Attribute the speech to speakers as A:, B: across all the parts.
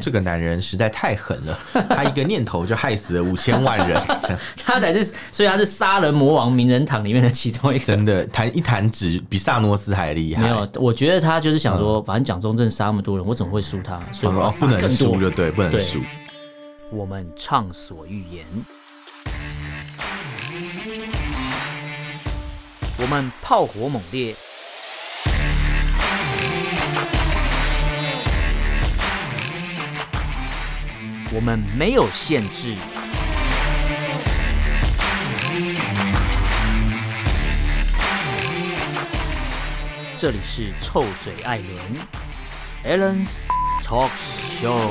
A: 这个男人实在太狠了，他一个念头就害死了五千万 人，这样
B: 他才是，所以他是杀人魔王名人堂里面的其中一个。
A: 真的弹一弹指比萨诺斯还厉害。
B: 没有，我觉得他就是想说，反正蒋中正杀那么多人，我怎么会输他？所以我要
A: 哦，
B: 杀
A: 嗯不能
B: 更多
A: 输就对，不能
B: 对
A: 输。
B: 我们畅所欲言；我们炮火猛烈；我们没有限制。这里是臭嘴艾伦 a l l e n s Talk Show。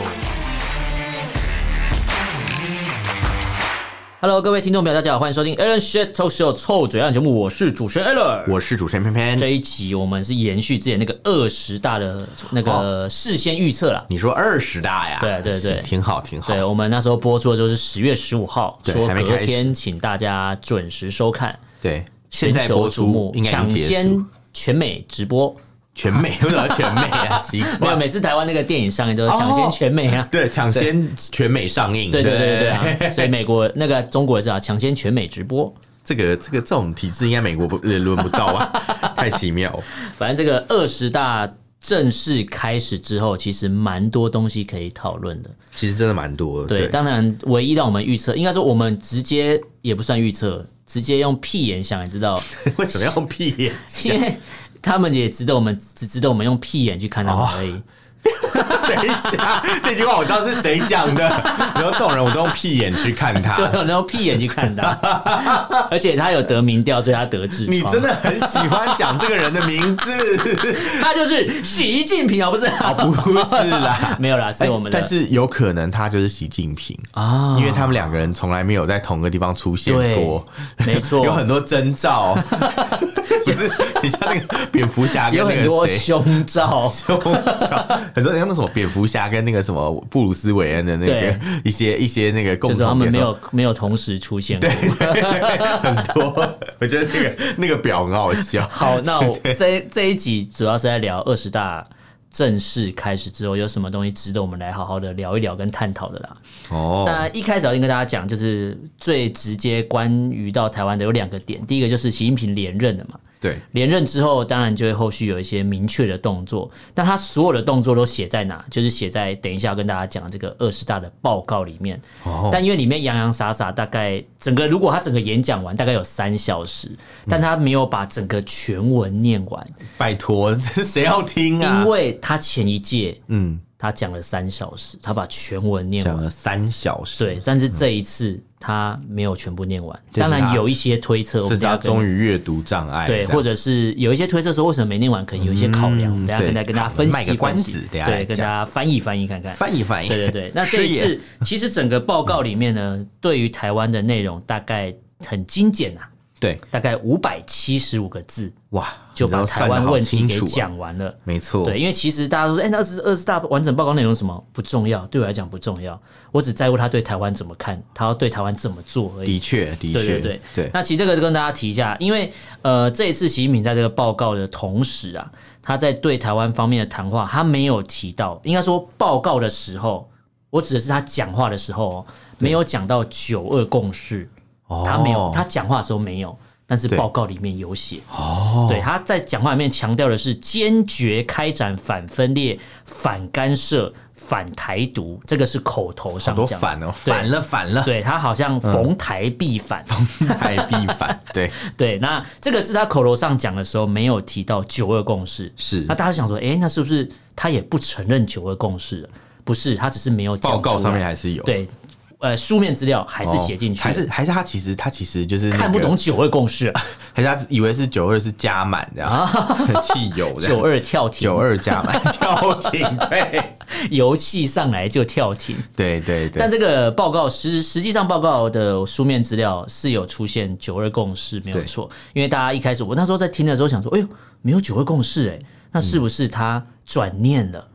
B: Hello，各位听众朋友，大家好，欢迎收听 Alan Shit Talk Show 臭嘴案节目，我是主持人 Alan。
A: 我是主持人偏
B: 这
A: 偏，
B: 一集我们是延续之前那个二十大的那个事先预测啦。
A: 你说二十大呀？
B: 对对对
A: 是挺好挺好。
B: 对，我们那时候播出的就是十月十五号，
A: 对
B: 说
A: 还没
B: 隔
A: 开始
B: 天请大家准时收看，
A: 对，现在
B: 全球
A: 播
B: 瞩
A: 出
B: 目
A: 应该已
B: 抢
A: 经结束
B: 先。全美直播。
A: 全美，为什么要全美啊？奇
B: 没有，
A: 怪。
B: 每次台湾那个电影上映都是抢先全美啊。
A: 对，抢先全美上映。
B: 对对对对对啊！所以美国那个中国也是啊，抢先全美直播。
A: 这个这个这种体制应该美国不呃轮不到啊， 太奇妙了。
B: 反正这个二十大正式开始之后，其实蛮多东西可以讨论的。
A: 其实真的蛮多的。
B: 对，当然唯一让我们预测，应该说我们直接也不算预测，直接用屁眼想也知道，
A: 为什么要用屁眼？
B: 因为他们也值得我们只值得我们用屁眼去看他们
A: 哦
B: 而已。
A: 等一下，这句话我知道是谁讲 的。然后这种人，我都用屁眼去看
B: 对，
A: 他。
B: 然后屁眼去看 他，而且他有得民调，所以他得痔疮。
A: 你真的很喜欢讲这个人的名字？
B: 他就是习近平 啊，不是？
A: 不是啦，
B: 没有啦，是我们的。
A: 哦哎但是有可能他就是习近平，
B: 啊，
A: 因为他们两个人从来没有在同个地方出现过，
B: 没错，
A: 有很多征 兆。不是，你像那个蝙蝠侠跟
B: 有很
A: 那
B: 多
A: 个谁。
B: 胸罩。
A: 就很多人像那什么蝙蝠侠跟那个什么布鲁斯韦恩的那个
B: 对
A: 一些一些那个共
B: 就是
A: 同
B: 他
A: 点
B: 们没
A: 什么
B: 有没有同时出现 过。
A: 很多，我觉得那个那个表很好笑。
B: 好，那我这这一集主要是在聊二十大正式开始之后有什么东西值得我们来好好的聊一聊跟探讨的啦。当
A: 哦，
B: 然一开始要先跟大家讲，就是最直接关于到台湾的有两个点，第一个就是习近平连任了嘛。
A: 对，
B: 连任之后，当然就会后续有一些明确的动作，但他所有的动作都写在哪？就是写在等一下要跟大家讲这个二十大的报告里面。
A: 哦
B: 但因为里面洋洋洒洒，大概整个如果他整个演讲完，大概有三小时，但他没有把整个全文念完，
A: 拜托，这谁要听啊？
B: 因为他前一届
A: 嗯，
B: 他讲了三小时，他把全文念
A: 讲
B: 完。
A: 了三小时，
B: 对，，但是这一次他没有全部念完，
A: 这嗯是
B: 当
A: 他
B: 然有一些推测，我
A: 这
B: 们
A: 是
B: 等一
A: 他
B: 下跟
A: 终于阅读障碍，
B: 对，
A: 这样
B: 或者是有一些推测说为什么没念完，可能有一些考量，
A: 嗯
B: 等一下跟大
A: 对
B: 家跟大家分析
A: 卖个关子
B: 分析
A: 等一下
B: 对，
A: 来
B: 跟大
A: 讲
B: 家翻译翻译看看。
A: 翻译翻译，
B: 对对 对，那这一
A: 是
B: 次其实整个报告里面呢，对于台湾的内容大概很精简啊，
A: 对，
B: 大概五百七十五个字
A: 哇，
B: 就
A: 你知
B: 把
A: 道
B: 台
A: 算得
B: 湾
A: 好
B: 问题
A: 清
B: 给
A: 楚啊，
B: 讲完了。
A: 没错，
B: 对，因为其实大家都说，哎、那二十二十大完整报告内容是什么不重要，对我来讲不重要，我只在乎他对台湾怎么看，他要对台湾怎么做而已。
A: 的确的
B: 对
A: 确
B: 对对
A: 对，
B: 那其实这个就跟大家提一下，因为呃，这一次习近平在这个报告的同时啊，他在对台湾方面的谈话，他没有提到，应该说报告的时候，我指的是他讲话的时候、哦，没有讲到九二共识，
A: 哦
B: 他没有，他讲话的时候没有。但是
A: 对
B: 报告里面有写，
A: 哦，
B: 对，他在讲话里面强调的是坚决开展反分裂、反干涉、反台独，这个是口头
A: 好
B: 上
A: 多
B: 讲的。
A: 反哦，
B: 对
A: 反了反了，
B: 对他好像逢台必反，
A: 太必反，对，
B: 对，那这个是他口头上讲的时候没有提到九二共识，
A: 是
B: 那大家想说，诶，那是不是他也不承认九二共识了？不是，他只是没有讲
A: 报告
B: 出
A: 上面
B: 来
A: 还是有，
B: 对，呃，书面资料还是
A: 哦，
B: 写进去的，
A: 还是还是他其实他其实就是
B: 看不
A: 那个
B: 懂九二共识，
A: 还是他以为是九二是加满这样，汽油这样
B: 啊九二跳停
A: 九，二加满 跳停，对
B: 油气上来就跳停。
A: 对对
B: 但
A: 对，
B: 这个报告实实际上报告的书面资料是有出现九二共识，没有
A: 对
B: 错。因为大家一开始我那时候在哎听的时候想说，哎呦，没有九二共识、诶，那是不是他转念了？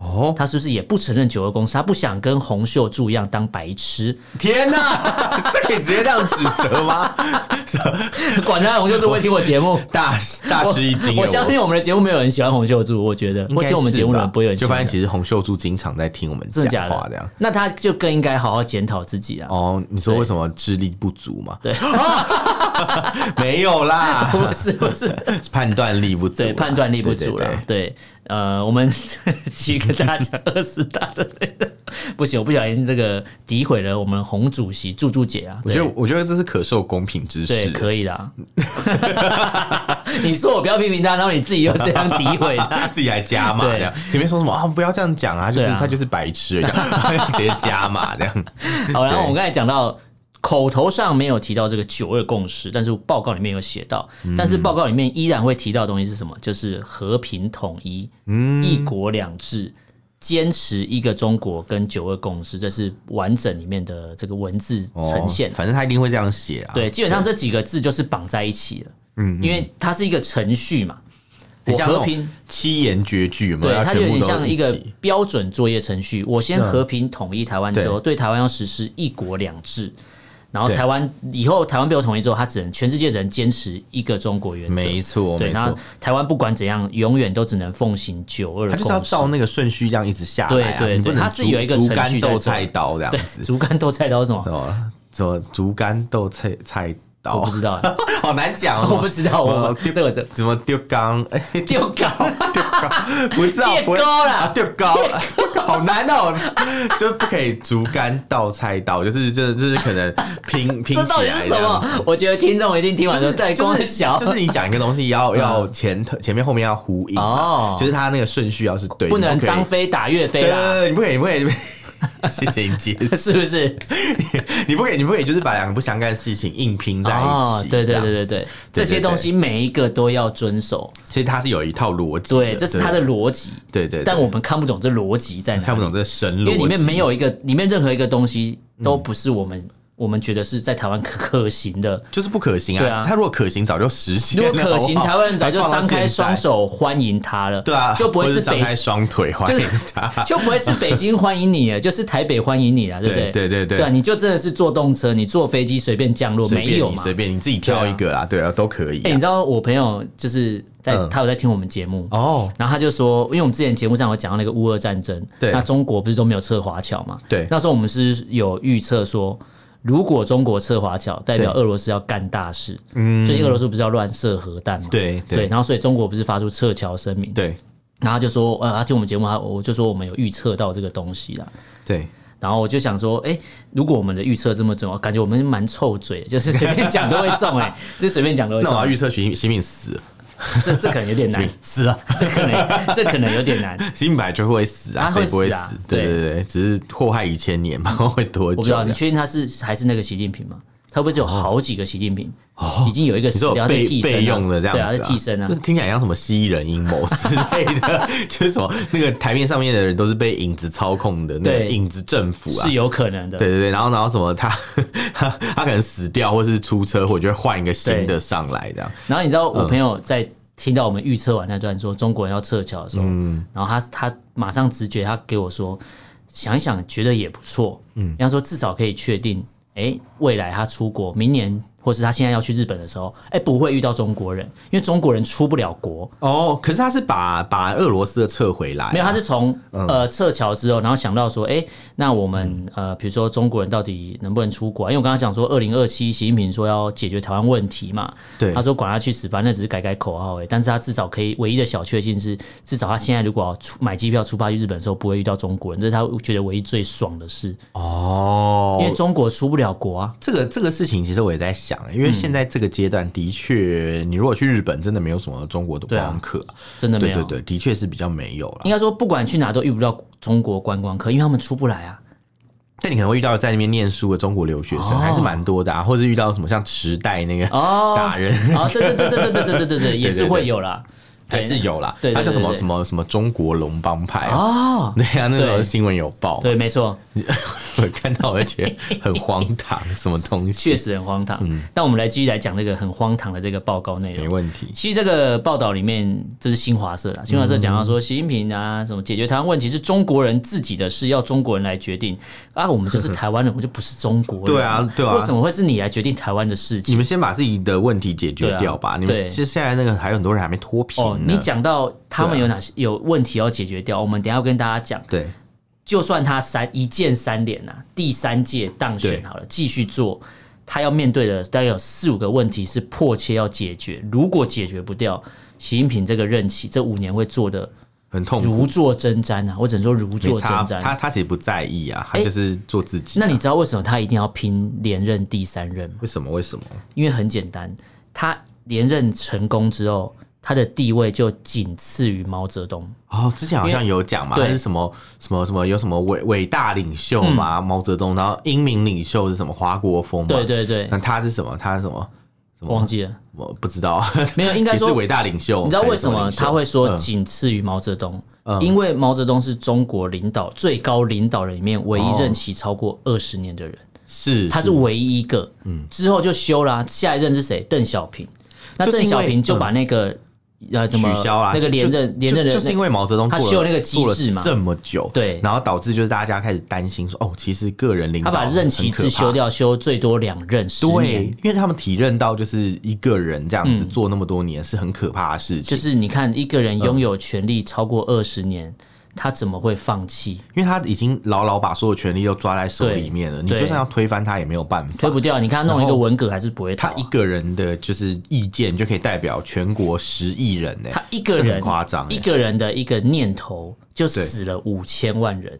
A: 哦，
B: 他是不是也不承认九二公司？他不想跟洪秀柱一样当白痴，
A: 天哪， 这可以直接这样指责吗？
B: 管他洪秀柱会听我节目。
A: 大大吃一惊了！
B: 我相信我们的节目没有人喜欢洪秀柱，我觉得
A: 应
B: 会
A: 该
B: 听我们
A: 是
B: 节目的
A: 吧
B: 人不会有人喜
A: 就发现
B: 欢的。
A: 其实洪秀柱经常在听我们
B: 真的假
A: 讲话，这样
B: 的。？那他就更应该好好检讨自己啊！
A: 哦，你说
B: 对
A: 为什么智力不足嘛？
B: 对，
A: 没有 啦，
B: 不是不是，
A: 判断力不足啦，
B: 对，判断力不
A: 对
B: 足
A: 对对
B: 了。对，呃，我们 去跟大家讲二十大的内容，不行，我不小心这个诋毁了我们洪主席柱柱姐啊。
A: 我
B: 对
A: 觉得，我觉得这是可受公平之
B: 对，
A: 事。啊
B: 可以啦。 你说我不要批评他，然后你自己又这样诋毁他。
A: 自己还加码这样，前面说什么啊？不要这样讲啊，就是
B: 对啊
A: 他就是白痴，这样直接加码这样。
B: 好，然后
A: 对
B: 我们刚才讲到。口头上没有提到这个九二共识，但是报告里面有写到，
A: 嗯
B: 但是报告里面依然会提到的东西是什么？就是和平统一、
A: 嗯
B: 一国两制，坚持一个中国跟九二共识，这是完整里面的这个文字呈现
A: 哦。反正他一定会这样写啊。
B: 对，基本上这几个字就是绑在一起了，嗯，因为它是一个程序嘛。我
A: 很像那
B: 和
A: 种
B: 平，
A: 七言绝句嘛，
B: 对，
A: 要
B: 它就
A: 全
B: 有
A: 部
B: 点
A: 都
B: 像一个
A: 起嗯
B: 标准作业程序。我先和平统一台湾之后，对台湾要实施一国两制，然后
A: 对
B: 台湾以后台湾被我统一之后，它只能全世界只能坚持一个中国原则。
A: 没错，
B: 对，
A: 没
B: 然后
A: 错，
B: 台湾不管怎样，永远都只能奉行九二
A: 他就是要
B: 共识。
A: 照那个顺序这样一直下来啊，
B: 对对对
A: 你不能
B: 它是有一个
A: 竹竹
B: 程序在
A: 竿斗
B: 走
A: 菜刀这样子，
B: 竹竿斗菜刀是什么？
A: 什么什么竹竿斗菜菜
B: 我
A: 刀，
B: 不 知道，
A: 好难讲哦，
B: 我不知道，我
A: 丢
B: 这个这个
A: 怎么丢缸？哎，
B: 丢高
A: 不知道，
B: 电
A: 不会
B: 钩啦
A: 啊，丢高， 好难哦，就不可以竹竿倒菜刀，就是就是就是可能 拼拼
B: 这到
A: 起
B: 底
A: 来
B: 是
A: 这
B: 什
A: 样子。
B: 么？我觉得听众一定听完
A: 就
B: 都
A: 是
B: 在
A: 就
B: 光
A: 是
B: 小，
A: 就是你讲一个东西要要前头前面后面要呼应啊
B: 哦，
A: 就是它那个顺序要是对，
B: 不能
A: 你可以
B: 张飞打岳飞啊
A: 对
B: 啦，
A: 对对，你不可以你不可以，你不可以 谢谢你姐，
B: 是不是？
A: 你不可以你不可以就是把两个不相干的事情硬拼在一起，
B: 对哦对对
A: 这样
B: 对
A: 子，
B: 对，这些东西每一个都要遵守，
A: 所以它是有一套逻辑的，
B: 对，这是它的逻辑。
A: 对对，对
B: 但我们看不懂这逻辑在哪里，
A: 看不懂这个神逻辑，
B: 因为里面没有一个，里面任何一个东西都不是我
A: 嗯
B: 们我们觉得是在台湾可可行 的。
A: 就是不可行
B: 对
A: 啊！
B: 啊
A: 他如果可行，早就实现
B: 如
A: 了。
B: 果 可
A: 好
B: 行，
A: 不好
B: 台湾人早就张
A: 才
B: 开双，
A: 放到现在
B: 手欢迎他了，
A: 对啊，
B: 就不会
A: 或
B: 是
A: 是张
B: 北
A: 开双腿欢迎他。
B: 就不会是北京欢 迎你了，就是台北欢迎你了，对不
A: 对
B: 对？
A: 对对对
B: 对啊，你就真的是坐动车，你坐飞机随便降落，
A: 随便
B: 没有
A: 你
B: 嘛？
A: 随便你自己挑一个啦，对啊，都可以
B: 哎，
A: 啊。
B: 你知道我朋友就是在
A: 嗯
B: 他有在听我们节目，
A: 哦，
B: 然后他就说，因为我们之前节目上有讲到那个乌俄战争，
A: 对
B: 那中国不是都没有撤华侨嘛？
A: 对
B: 那时候我们是有预测说，如果中国撤华侨，代表
A: 对
B: 俄罗斯要干大事。嗯，最近俄罗斯不是要乱射核弹嘛？
A: 对对
B: 然后所以中国不是发出撤侨声明？，
A: 对
B: 然后他就说，呃，他听我们节目，他我就说我们有预测到这个东西啦。
A: 对，
B: 然后我就想说，哎、如果我们的预测这么准，感觉我们蛮臭嘴的，就是随便讲都会中、哎，就随便讲都会
A: 那我要
B: 中，
A: 预测习习近平死了，
B: 这这可能有点难，
A: 死了，
B: 这可能这可能有点难。
A: 习近平本来就会死啊，
B: 他
A: 谁
B: 会
A: 不会
B: 死啊
A: 死？对
B: 对
A: 对对，只是祸害一千年嘛， 会多
B: 我
A: 久
B: 不知道，
A: 这
B: 你
A: 样？
B: 确定他是还是那个习近平吗？他会不会只有好几个习近平？已经有一个
A: 哦你
B: 死
A: 说
B: 掉
A: 有
B: 是
A: 备
B: 替身啊、
A: 备用的这样子
B: 对
A: 啊，
B: 啊，是替身啊
A: 就。是听起来像什么蜥蜴人阴谋之类的，就是什么那个台面上面的人都是被影子操控的，那个
B: 对
A: 影子政府啊
B: 是，有可能的，
A: 对对对，然后然后什么他 他他可能死掉或是出车祸，就会换一个新的
B: 对
A: 上来这样。
B: 然后你知道，
A: 嗯
B: 我朋友在听到我们预测完那段说中国人要撤侨的时候，
A: 嗯
B: 然后他他马上直觉，他给我说，想一想觉得也不错，嗯，人家说至少可以确定，哎，未来他出国，明年或是他现在要去日本的时候，哎，不会遇到中国人，因为中国人出不了国，
A: 哦，可是他是把把俄罗斯的撤回来啊、
B: 没有，他是从呃撤侨之后，然后想到说，哎，那我们呃，比如说中国人到底能不能出国啊？因为我刚刚讲说，二零二七习近平说要解决台湾问题嘛，
A: 对
B: 他说管他去死，反正只是改改口号而已。但是他至少可以，唯一的小确幸是，至少他现在如果要出买机票出发去日本的时候，不会遇到中国人，这是他觉得唯一最爽的事，因为
A: 哦。
B: 中国出不了国啊。
A: 这个这个事情，其实我也在想，因为现在这个阶段的确，你如果去日本，真的没有什么中国的观光客，
B: 啊真的没
A: 对
B: 有。
A: 对对，的确是比较没有了
B: 应。该说，不管去哪都遇不到中国观光客，因为他们出不来啊。
A: 但你可能会遇到在那边念书的中国留学生，
B: 哦
A: 还是蛮多的啊，或是遇到什么像池袋那个
B: 哦
A: 打人，
B: 啊，对对对对对对对对对对，也是
A: 对对
B: 会有啦。
A: 还是有啦。
B: 对对对
A: 他叫什么
B: 对对
A: 什么什么中国龙帮派啊？
B: 哦，
A: 对啊，那时候
B: 对
A: 新闻有报嘛。
B: 对，没错。
A: 我看到我就觉得很荒唐，什么东西？
B: 确实很荒唐。但我们来继续来讲这个很荒唐的这个报告内
A: 嗯
B: 容
A: 没。问题。
B: 其实这个报道里面，这是新华社啦。新华社讲到
A: 嗯
B: 说，习近平啊，什么解决台湾问题是中国人自己的事，要中国人来决定啊。我们就是台湾人，我们就不是中国人。
A: 对啊对啊
B: 为什么会是你来决定台湾的事
A: 你
B: 情？
A: 们先把自己的问题解决掉吧。
B: 对啊
A: 你
B: 对
A: 们现现在那个还有很多人还没脱贫呢。
B: 哦，你讲到他们
A: 嗯对啊
B: 有哪些有问题要解决掉，我们等一下要跟大家讲。
A: 对
B: 就算他三一键三连呐、啊，第三届当选
A: 对
B: 好了，继续做，他要面对的大概有四五个问题是迫切要解决。如果解决不掉，习近平这个任期这五年会做的
A: 很痛苦，
B: 如坐针毡啊！我只能说如
A: 没
B: 坐针
A: 差。他
B: 毡。
A: 他其实不在意啊，他
B: 哎
A: 就是做自己啊。
B: 那你知道为什么他一定要拼连任第三任吗？
A: 为什么？为什么？
B: 因为很简单，他连任成功之后，他的地位就仅次于毛泽东。
A: 哦，之前好像有讲嘛，
B: 因为
A: 还是什么什么什么有什么伟伟大领袖嘛，毛泽东，然后英明领袖是什么华国锋嘛？
B: 嗯对对对
A: 那，他是什么？他是什么？什么
B: 忘记了，
A: 我不知道，
B: 没有，应该
A: 也
B: 说
A: 是伟大领袖。
B: 你知道为什么
A: 还是
B: 他
A: 领袖
B: 会说
A: 嗯
B: 仅次于毛泽东？
A: 嗯
B: 因为毛泽东是中国领导最高领导人里面唯一任期超过二十年的人，
A: 哦是嗯
B: 他是唯一一个。之后就休啦、下一任是谁？邓小平。那
A: 就是
B: 邓
A: 因为嗯
B: 小平就把那个、呃怎么
A: 取消啦？
B: 那个
A: 就
B: 连任
A: 就
B: 连任的
A: 就就是因为毛泽东
B: 他
A: 做了
B: 修那个机制嘛
A: 做了这么久，
B: 对
A: 然后导致就是大家开始担心说，哦，其实个人领
B: 他
A: 导
B: 把任期
A: 很
B: 制
A: 可怕
B: 修。掉，修最多两任十
A: 对
B: 年。，嗯
A: 因为他们体认到，就是一个人这样子做那么多年是很可怕的事情，
B: 就是你看一个人拥有权力超过
A: 嗯
B: 二十年，他怎么会放弃？
A: 因为他已经牢牢把所有权力都抓在手里面了，
B: 对
A: 你就算要推翻他也没有办
B: 推
A: 法。
B: 不掉。你看他弄一个文革还是不会倒
A: 他
B: 啊、
A: 一个人的就是意见就可以代表全国十亿人呢、
B: 他一个
A: 这
B: 人
A: 很夸张欸
B: 一个人的一个念头就死了五千万人，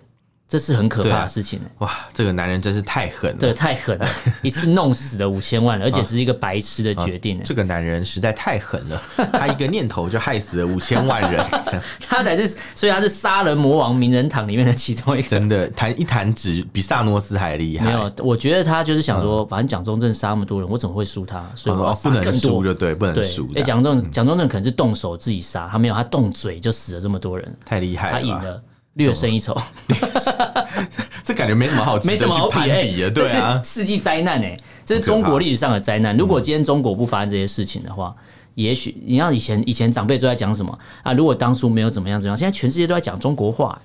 B: 这是很可怕
A: 啊
B: 的事情、欸。
A: 哇，这个男人真是太狠
B: 这
A: 了
B: 个。太狠了，一次弄死了五千万人，而且是一个白痴的决定、欸
A: 这个男人实在太狠了， 他一个念头就害死了五千万 人，这样
B: 他才是，所以他是杀人魔王名人堂里面的其中一个。
A: 真的弹一弹指比萨诺斯还厉害。嗯
B: 没有，我觉得他就是想说，反正蒋中正杀那么多人，我怎么会输他？所以我要
A: 哦，不
B: 杀
A: 能
B: 更
A: 输
B: 多。
A: 就对，不能
B: 对
A: 输，，这
B: 哎，
A: 样嗯
B: 蒋中蒋中正可能是动手自己杀，他没有，他动嘴就死了这么多人，
A: 太厉害
B: 他赢
A: 了吧。
B: 了，略胜一筹，
A: 这感觉没什么好值
B: 没
A: 得
B: 什么好
A: 去
B: 比
A: 攀
B: 欸
A: 比的，对啊
B: 这，是世纪灾难哎、这是中国历史上的灾难。如果今天中国不发生这些事情的话，也许你像以前以前长辈都在讲什么啊？如果当初没有怎么样怎么样，现在全世界都在讲中国话、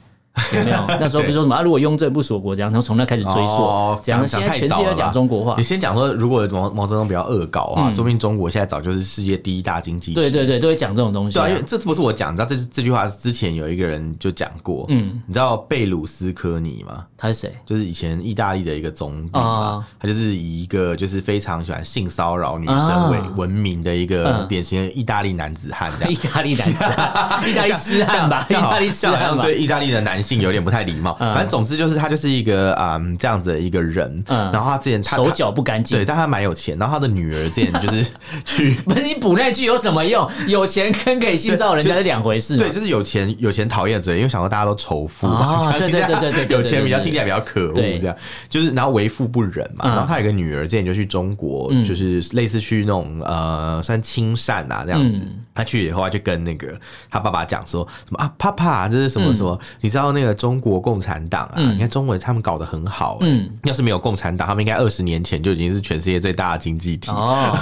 B: 有 没有？那时候比如说什么啊？如果雍正不锁国，这样，然后从那开始追溯
A: 哦，
B: 讲、
A: 讲
B: 现
A: 讲
B: 在
A: 太
B: 全世
A: 早
B: 界
A: 了
B: 在
A: 吧
B: 讲中国话嗯
A: 你。先讲说，如果毛毛泽东比较恶搞啊，说不定中国现在早就是世界第一大经济体
B: 对对对，都会讲这种东西、
A: 对啊，因为这不是我讲，你知道这这句话之前有一个人就讲过，嗯，你知道贝鲁斯科尼吗？
B: 他是谁？
A: 就是以前意大利的一个总理
B: 啊
A: 嘛，他就是以一个就是非常喜欢性骚扰女生
B: 啊
A: 为闻名的一个
B: 嗯
A: 典型的意大利男子汉这样
B: 意。大利男 子汉，意大利痴汉吧，意
A: 啊这样好
B: 大利痴
A: 这样好
B: 汉
A: 像
B: 吧。
A: 对意大利的男性有点不太礼貌。反正总之就是他就是一个嗯这样子的一个人，
B: 嗯
A: 然后他之前他
B: 手
A: 他
B: 脚不干净
A: 对，，但他蛮有钱，然后他的女儿之前就是 去
B: 不是你补那句有什么用？有钱跟给性骚扰人家是两回事嘛。
A: 对，就是有钱有钱讨厌嘴，因为想说大家都仇富嘛，
B: 哦对对对对对对
A: 有钱比较
B: 对对对
A: 听起来比较可恶，
B: 对
A: 这样就是然后为富不仁嘛。
B: 嗯
A: 然后他有个女儿，之前就去中国，就是类似去那种呃，算亲善啊这样子。
B: 嗯
A: 他去以后，他就跟那个他爸爸讲说什么啊，爸爸就是什
B: 嗯
A: 么什么，你知道那个中国共产党啊，你看中国他们搞得很好，嗯
B: 嗯，
A: 要是没有共产党，他们应该二十年前就已经是全世界最大的经济体。
B: 哦，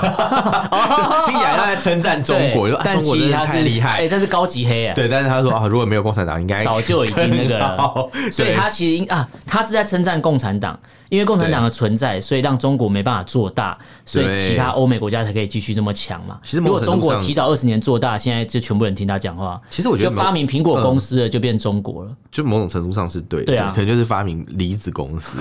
A: 听起来他在称赞中国，就
B: 对
A: 说啊
B: 但
A: 中国
B: 其
A: 真
B: 实
A: 的
B: 他
A: 太厉害
B: 哎、，这是高级黑啊，
A: 对，但是他说啊，如果没有共产党，应该
B: 早就已经那个了
A: 更好
B: 所以
A: 对
B: 他其实啊，他是在称赞共产党，因为共产党的存在，所以让中国没办法做大，所以
A: 对
B: 其他欧美国家才可以继续这么强嘛。
A: 其实
B: 如
A: 某
B: 果
A: 种程
B: 中
A: 度上
B: 国提早二十年做大，现在就全部人听他讲话，
A: 其实我觉得
B: 就
A: 某嗯
B: 发明苹果公司了，就变中 国了，
A: 就某种程度上是对的，
B: 对啊
A: 可能就是发明离子公司，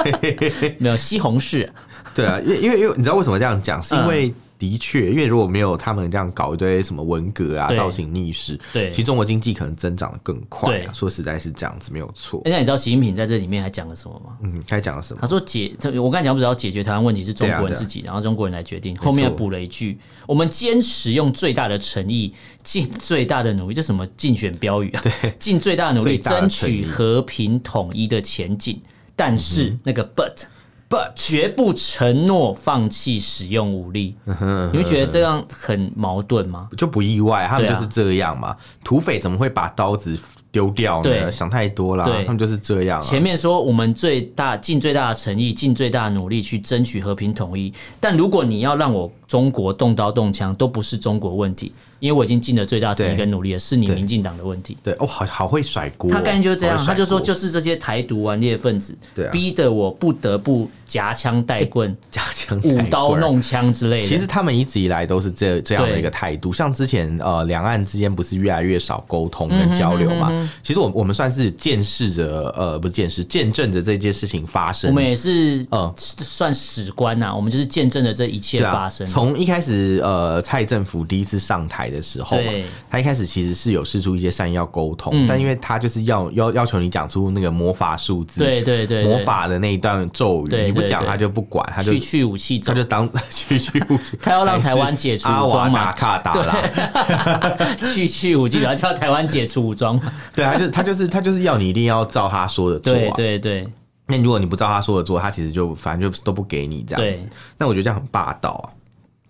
B: 没有西红柿，
A: 对啊，因为因为因为你知道为什么这样讲，是
B: 嗯
A: 因为。的确，因为如果没有他们这样搞一堆什么文革啊、
B: 对
A: 倒行逆施，
B: 对
A: 其实中国经济可能增长的更快、
B: 对
A: 啊。说实在是这样子，没有错。
B: 哎那你知道习近平在这里面还讲了什么吗？
A: 嗯，该讲了什么？
B: 他说解，这我刚才讲不是要解决台湾问题是中
A: 对
B: 国
A: 啊
B: 人
A: 对啊
B: 自己，然后中国人来决定。后面还补了一句，我们坚持用最大的诚意，尽最大的努力，这什么竞选标语啊？尽最大的努力
A: 最大的
B: 争
A: 诚
B: 取
A: 意
B: 和平统一的前景，但是、那个 but。
A: 嗯 But
B: 绝不承诺放弃使用武力，
A: 嗯
B: 你会觉得这样很矛盾吗？
A: 就不意外，他们就
B: 对啊
A: 是这样嘛。土匪怎么会把刀子丢掉呢？
B: 对
A: 想太多啦，
B: 对
A: 他们就是这样、啊。
B: 前面说我们最大尽最大的诚意，尽最大的努力去争取和平统一。但如果你要让我中国动刀动枪，都不是中国问题，因为我已经尽了最大诚意
A: 对
B: 跟努力了，是你
A: 对
B: 民进党的问题。
A: 对哦，好好会甩锅哦，
B: 他刚才就是这样
A: 好，会甩
B: 他就说
A: 锅
B: 就是这些台独顽劣分子，
A: 对啊
B: 逼得我不得不夹枪带棍、
A: 加强
B: 舞
A: 改
B: 刀
A: 棍儿
B: 弄枪之类的。
A: 哎其实他们一直以来都是这这样的
B: 对
A: 一个态度，像之前呃两岸之间不是越来越少沟通
B: 嗯
A: 跟交流嘛？其实我我们算是见识着呃不是见识见证着这件事情发生
B: 我，们也是
A: 嗯
B: 算史官呐、我们就是见证了这一切
A: 对啊
B: 发生。
A: 从一开始呃蔡政府第一次上台的时候嘛
B: 对，嗯
A: 他一开始其实是有试出一些善意要沟通，但因为他就是要要要求你讲出那个魔法数字，
B: 对对对对
A: 魔法的那一段咒
B: 对
A: 语，你不
B: 对
A: 讲
B: 对
A: 他就不管，他就
B: 去去武器走
A: 他，就当 去去武装，
B: 他要让台湾解除
A: 还是阿
B: 武
A: 瓦
B: 装嘛
A: 达卡达拉。
B: 去去武器走，他叫台湾解除武装嘛。
A: 对啊，就他就是他就是要你一定要照他说的做、啊。
B: 对对对，
A: 那如果你不照他说的做，他其实就反正就都不给你这样子
B: 对。
A: 那我觉得这样很霸道啊，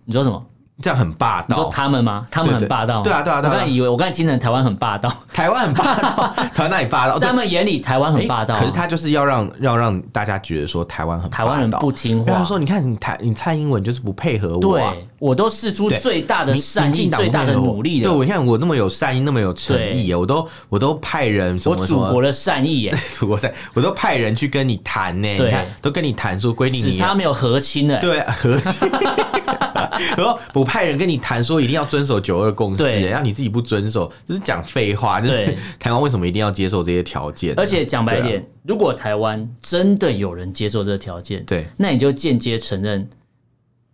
B: 你说什么？
A: 这样很霸
B: 你说
A: 道。
B: 他们吗？他们
A: 对
B: 很
A: 对
B: 霸道吗
A: 对啊对啊对啊
B: 我刚才
A: 对啊
B: 以为我刚才听成台湾很霸道，
A: 台湾很霸 道，台湾那里霸道，哦
B: 在他
A: 对
B: 们眼里台湾很霸道啊。
A: 诶可是他就是要让要让大家觉得说台湾很霸
B: 台
A: 道
B: 湾人不听
A: 因为他
B: 话，
A: 说你看你台你蔡英文就是不配合我、啊。
B: 对我都试出
A: 对
B: 最大的
A: 民
B: 善
A: 民
B: 意、
A: 进党
B: 最大的
A: 配合我
B: 努力
A: 对
B: 了，
A: 我你看我那么有善意，那么有诚意，啊我都我都派人什
B: 我
A: 么啊什
B: 祖
A: 么
B: 国的善意耶，
A: 祖国在，我都派人去跟你谈呢、
B: 对
A: 你看都跟你谈说规定
B: 只
A: 你啊
B: 差没有和亲 了。
A: 对，啊和解。然后不派人跟你谈说一定要遵守九二共识，
B: 对
A: 然后你自己不遵守，这是讲废话。就是
B: 对
A: 台湾为什么一定要接受这些条件？
B: 而且讲白
A: 对
B: 一
A: 啊
B: 点，如果台湾真的有人接受这个条件，
A: 对
B: 那你就间接承认，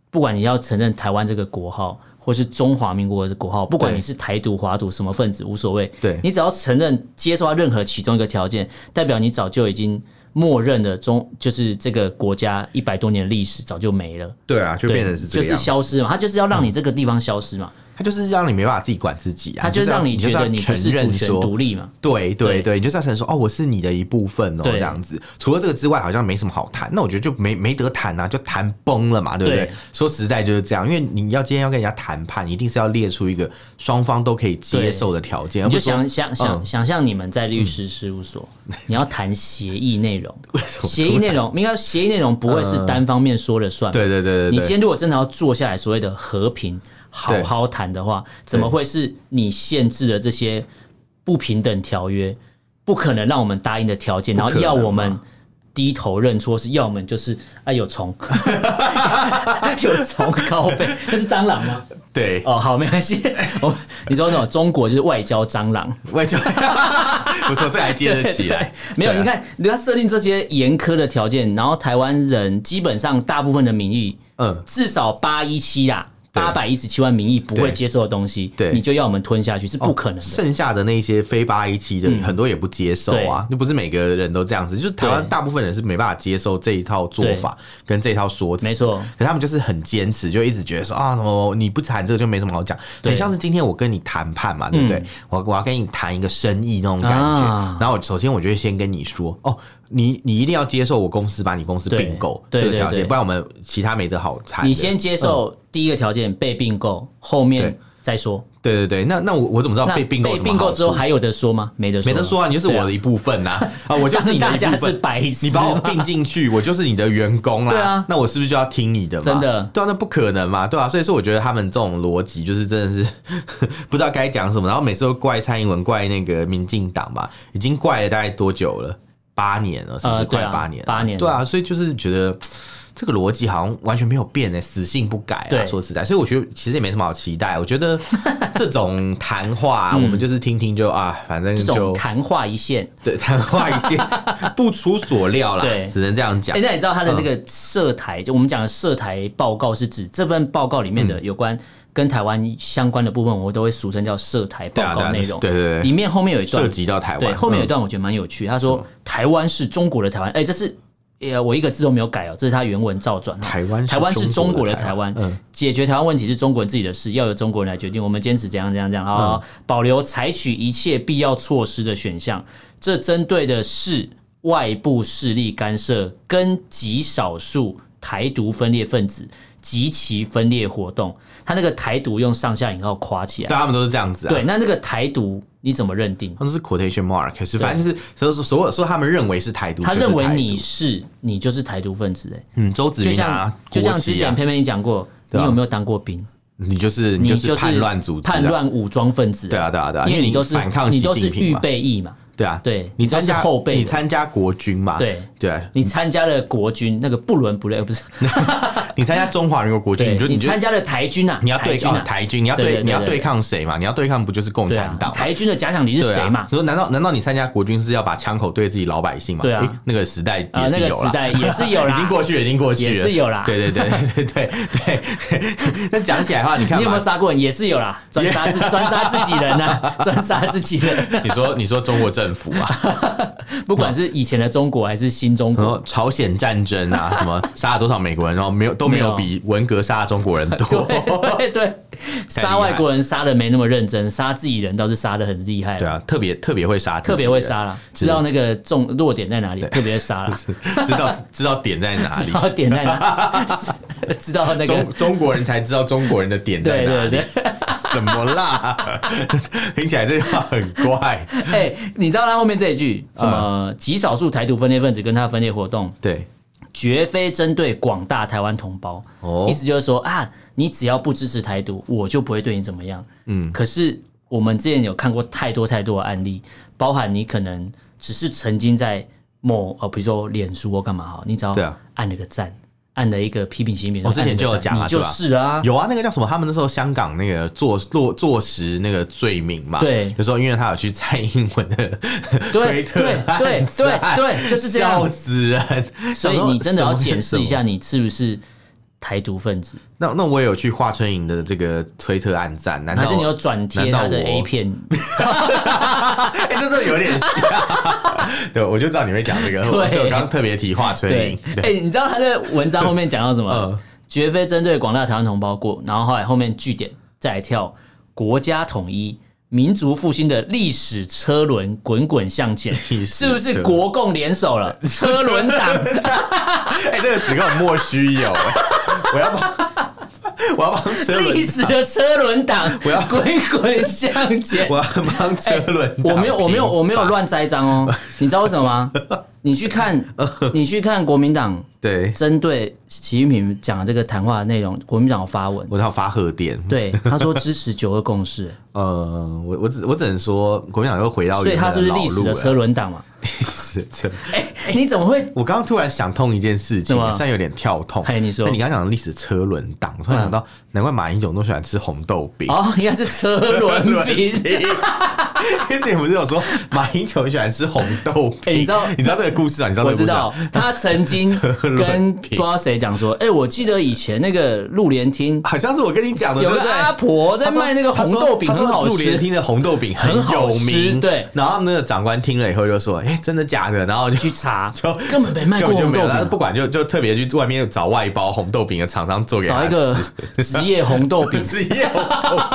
B: 不管你要承认台湾这个国号，或是中华民国的国号，不管
A: 对
B: 你是台独、华独什么分子，无所谓。
A: 对
B: 你只要承认接受到任何其中一个条件，代表你早就已经默认了中，就是这个国家一百多年的历史早就没了，
A: 对啊，就
B: 对
A: 变成是这
B: 就
A: 个
B: 是
A: 样子。
B: 消失嘛，它就是要让你这个地方消失嘛，
A: 他就是让你没办法自己管自己啊，
B: 它就是让
A: 你
B: 你觉
A: 是要
B: 得你不
A: 承
B: 是主
A: 认
B: 权
A: 说
B: 独立嘛。
A: 对
B: 对
A: 对对，你就造成说哦，我是你的一部分哦，
B: 对
A: 这样子。除了这个之外，好像没什么好谈。那我觉得就没没得谈啊，就谈崩了嘛，对不对？
B: 对
A: 说实在就是这样，因为你要今天要跟人家谈判，一定是要列出一个双方都可以接
B: 对
A: 受的条件，而
B: 你
A: 不
B: 就是
A: 说
B: 想想想
A: 嗯
B: 想象你们在律师事务所， 你要谈协议 内容，协议内容应该协议内容不会是单方面说了
A: 嗯
B: 算。
A: 对对对对对，
B: 你今天如果真的要坐下来所谓的和平好好谈的话，怎么会是你限制了这些不平等条约？不可能让我们答应的条件，然后
A: 可能
B: 要我们
A: 嘛
B: 低头认错，是要我们就是哎有虫， 有虫高背，那是蟑螂吗？
A: 对
B: 哦，好，没关系。我你说那种中国就是外交蟑螂，
A: 外交， 不错，这还接得起来。
B: 没有，
A: 对啊
B: 你看，人家设定这些严苛的条件，然后台湾人基本上大部分的民意，
A: 嗯，
B: 至少八一七啦，
A: 对
B: 八百一十七万民意不会
A: 对
B: 接受的东西，
A: 对哦
B: 你就要我们吞下去是不可能的。嗯
A: 剩下的那些非八一七的很多也不接受啊，就不是每个人都这样子，就是台湾
B: 对
A: 大部分人是没办法接受这一套做法跟这一套说辞，
B: 没错
A: 可他们就是很坚持，就一直觉得说啊，什么你不谈这个就没什么好讲，
B: 对
A: 很像是今天我跟你谈判
B: 嗯
A: 嘛，对不对？我我要跟你谈一个生意那种感觉，
B: 啊
A: 然后我首先我就会先跟你说哦。你你一定要接受我公司把你公司
B: 对
A: 并购
B: 对
A: 这个
B: 对
A: 条
B: 对
A: 件，不然我们其他没得好谈的。
B: 你先接受第一个条件被并购，后面
A: 嗯对
B: 再说。
A: 对对对，那那我我怎么知道
B: 那
A: 被并购有
B: 被
A: 什么
B: 并购
A: 好
B: 之后
A: 处
B: 还有的说吗？没得说，
A: 没得说啊，你就是我的
B: 对啊。
A: 一部分呐啊我就是 你的一
B: 大
A: 部
B: 家是
A: 分。
B: 白痴，
A: 你把我并进去，我就是你的员工啦。
B: 对啊
A: 那我是不是就要听你的嘛？
B: 真的
A: 对啊，那不可能嘛，对啊，所以说，我觉得他们这种逻辑就是真的是 不知道该讲什么，然后每次都怪蔡英文，怪那个民进党吧，已经怪了大概多久了？八年了，是不是？
B: 呃对
A: 快
B: 啊
A: 八年了，
B: 八年了
A: 对啊，所以就是觉得这个逻辑好像完全没有变诶、死性不改啊。
B: 对
A: 说实在，所以我觉得其实也没什么好期待。我觉得这种谈 话、啊我们就是听听就啊，反正
B: 嗯这种
A: 就
B: 昙花一现。
A: 对，昙花一 现，不出所料啦，
B: 对
A: 只能这样讲嗯
B: 哎、。那你知道他的这个涉台，就我们讲的涉台报告是指这份报告里面的
A: 嗯
B: 有关跟台湾相关的部分，我都会俗称叫涉台报
A: 对啊对
B: 告
A: 啊
B: 内容。
A: 对对对
B: 里面后面有一段
A: 涉及到台
B: 对，
A: 湾，
B: 后面有一
A: 嗯
B: 段我觉得蛮有趣，他说台湾是中国的台湾，哎、这是。呃，我一个字都没有改哦，这是他原文照转哦。
A: 台湾是
B: 台湾是中国的台湾
A: 中国的台湾嗯，
B: 解决台湾问题是中国人自己的事，要由中国人来决定。我们坚持怎样怎样怎样，好好，
A: 嗯
B: 保留采取一切必要措施的选项。这针对的是外部势力干涉跟极少数台独分裂分子。极其分裂活动，他那个台独用上下引号夸起来。
A: 对他们都是这样子啊。
B: 对，那那个台独你怎么认定？
A: 他们是 quotation mark，是反正就是所有所有说他们认为是台独，
B: 他
A: 就是
B: 认为
A: 台独
B: 你是你就是台独分子、欸，
A: 嗯周子
B: 就
A: 云
B: 像
A: 啊，
B: 就像
A: 国
B: 之
A: 旗
B: 前
A: 啊
B: 偏偏你讲过，你
A: 对啊
B: 有没有当过兵？
A: 你就是
B: 你
A: 就是叛乱组织啊，
B: 叛乱武装分子、
A: 对啊对啊对啊，
B: 因为
A: 你
B: 你都是
A: 反抗
B: 你
A: 习
B: 都是
A: 近平
B: 预
A: 嘛，
B: 备役嘛，
A: 对啊
B: 对
A: 你
B: 你都
A: 参
B: 是
A: 加
B: 后备
A: 你
B: 的
A: 参加国军嘛，
B: 对
A: 对，
B: 你参加了国军那个不伦不类，呃不是，
A: 你参加中华民国国军，
B: 对
A: 你就
B: 你
A: 你就
B: 参加了台军啊，
A: 你要对
B: 台军
A: 抗
B: 啊，
A: 台军，你要
B: 对对
A: 对
B: 对
A: 你要
B: 对
A: 对抗谁嘛？你要对抗不就是共
B: 对
A: 产
B: 啊
A: 党，嘛？
B: 台军的假想敌是
A: 对
B: 谁嘛
A: 啊？？所以难道难道你参加国军是要把枪口对自己老百姓吗？
B: 对啊
A: 诶那个时代
B: 啊
A: 也，是
B: 那个
A: 有
B: 时
A: 了。
B: 代也是有
A: 已经
B: 啦，
A: 过去，已经过去了，
B: 也是有啦
A: 对对对对对对对。 那讲起来的话，你看
B: 你有没
A: 嘛
B: 有，杀过人？也是有 啦，专杀自专杀自己人呐，专杀自己人。
A: 你说你说中国政府嘛，
B: 不管是以前的中国还是新中
A: 然
B: 国，
A: 后朝鲜战争 啊，什么杀了多少美国人，然后没有都没有
B: 没
A: 比文革杀的中国人多。
B: 对对对，杀外国人杀的没那么认真，杀自己人倒是杀的很厉害
A: 对，啊，特别特别会杀，
B: 特别会，杀啦，知道那个重弱点在哪里，特别杀啦，
A: 知道知道点在哪
B: 知
A: 里。
B: 道点在哪， 知知道那个
A: 中。中国人才知道中国人的点在
B: 对
A: 哪
B: 对
A: 里
B: 对，，
A: 什么啦？ 听起来这句话很怪。
B: 哎、你知道他后面这一句什
A: 嗯
B: 么？极少数台独分裂分子跟他分裂活动，
A: 对，
B: 绝非针对广大台湾同胞。
A: 哦
B: 意思就是说啊，你只要不支持台独，我就不会对你怎么样。嗯，可是我们之前有看过太多太多的案例，包含你可能只是曾经在某呃，比如说脸书或干嘛哈，你只要
A: 对啊
B: 按了个赞，按了一个批评新闻，
A: 我之前
B: 按了个
A: 就有
B: 赞
A: 讲啊
B: 你就是啊，
A: 有啊，那个叫什么？他们那时候香港那个坐落坐实那个罪名嘛，
B: 对
A: 就说因为他有去蔡英文的推
B: 对
A: 特
B: 对
A: 按赞，
B: 对对对， 就是这 样
A: 笑。死人。
B: 所以你真的要检视
A: 想说。什
B: 一
A: 么
B: 下，你是不是台独分子，
A: 那那我也有去华春莹的这个推特暗赞，难道
B: 还是你有转贴
A: 难道
B: 他的
A: 我
B: A 片？
A: 哎、这真的有点像。 对，我就知道你会讲这 个，所以我刚刚特别提华春
B: 对
A: 莹。，
B: 哎、你知道他在文章后面讲到什 么？
A: 嗯
B: 绝非针对广大台湾同胞过，然后后来后面据点再来跳国家统一、民族复兴的历史车轮滚滚 向前，
A: 历史
B: 是不
A: 车
B: 是国共联手了？车轮党，
A: 哎、这个词根本莫须 有、我要帮，我要帮车轮
B: 历，史的车轮党，
A: 我要
B: 滚滚向前
A: 我。要帮车轮、
B: 哎我没有，我没有，我没有。乱栽 赃哦。你知道为什么吗？你去看，你去看国民党
A: 对，
B: 针对习近平讲的这个谈话的内容，国民党有发文，
A: 我要发贺电。，
B: 对，他说支持九二 共识，
A: 呃，我我只我只能说，国民党又回到
B: 所以他是不是历史的车
A: 轮？
B: 轮党嘛？
A: 历史的车。
B: 哎、你怎么会？
A: 我刚刚突然想通一件事情，
B: 怎么
A: 虽然有点跳痛。
B: 嘿你说嗯
A: 那你刚刚讲的历史车轮党，突然想到，难怪马英九那么喜欢吃红豆饼。
B: 哦，应该是车轮饼。
A: 之前不是有说马英九很喜欢吃红豆饼？
B: 哎你知道
A: 你知道这个故事啊？你知道这
B: 我
A: 个故
B: 知
A: 事啊、
B: 道他 曾经跟
A: 轮
B: 不
A: 饼
B: 知道谁讲说，哎、我记得以前那个陆联厅
A: 好像是我跟你讲的，
B: 有
A: 对不
B: 个
A: 对？
B: 阿婆在
A: 他说
B: 卖那个红豆饼，
A: 他说
B: 很好
A: 陆联
B: 吃。
A: 厅的红豆饼很
B: 很好
A: 有
B: 吃
A: 名，
B: 对。
A: 然后那个长官听了以后就说：“哎、真的假的？”然后就
B: 去查
A: 就，
B: 根本没 卖
A: 根
B: 过
A: 本就
B: 红
A: 没
B: 豆
A: 有，
B: 饼
A: 但是
B: 啊，
A: 不管就就特别去外面找外包红豆饼的厂商做给
B: 找
A: 他
B: 一个职业红豆 饼
A: 吃，，职业红豆饼，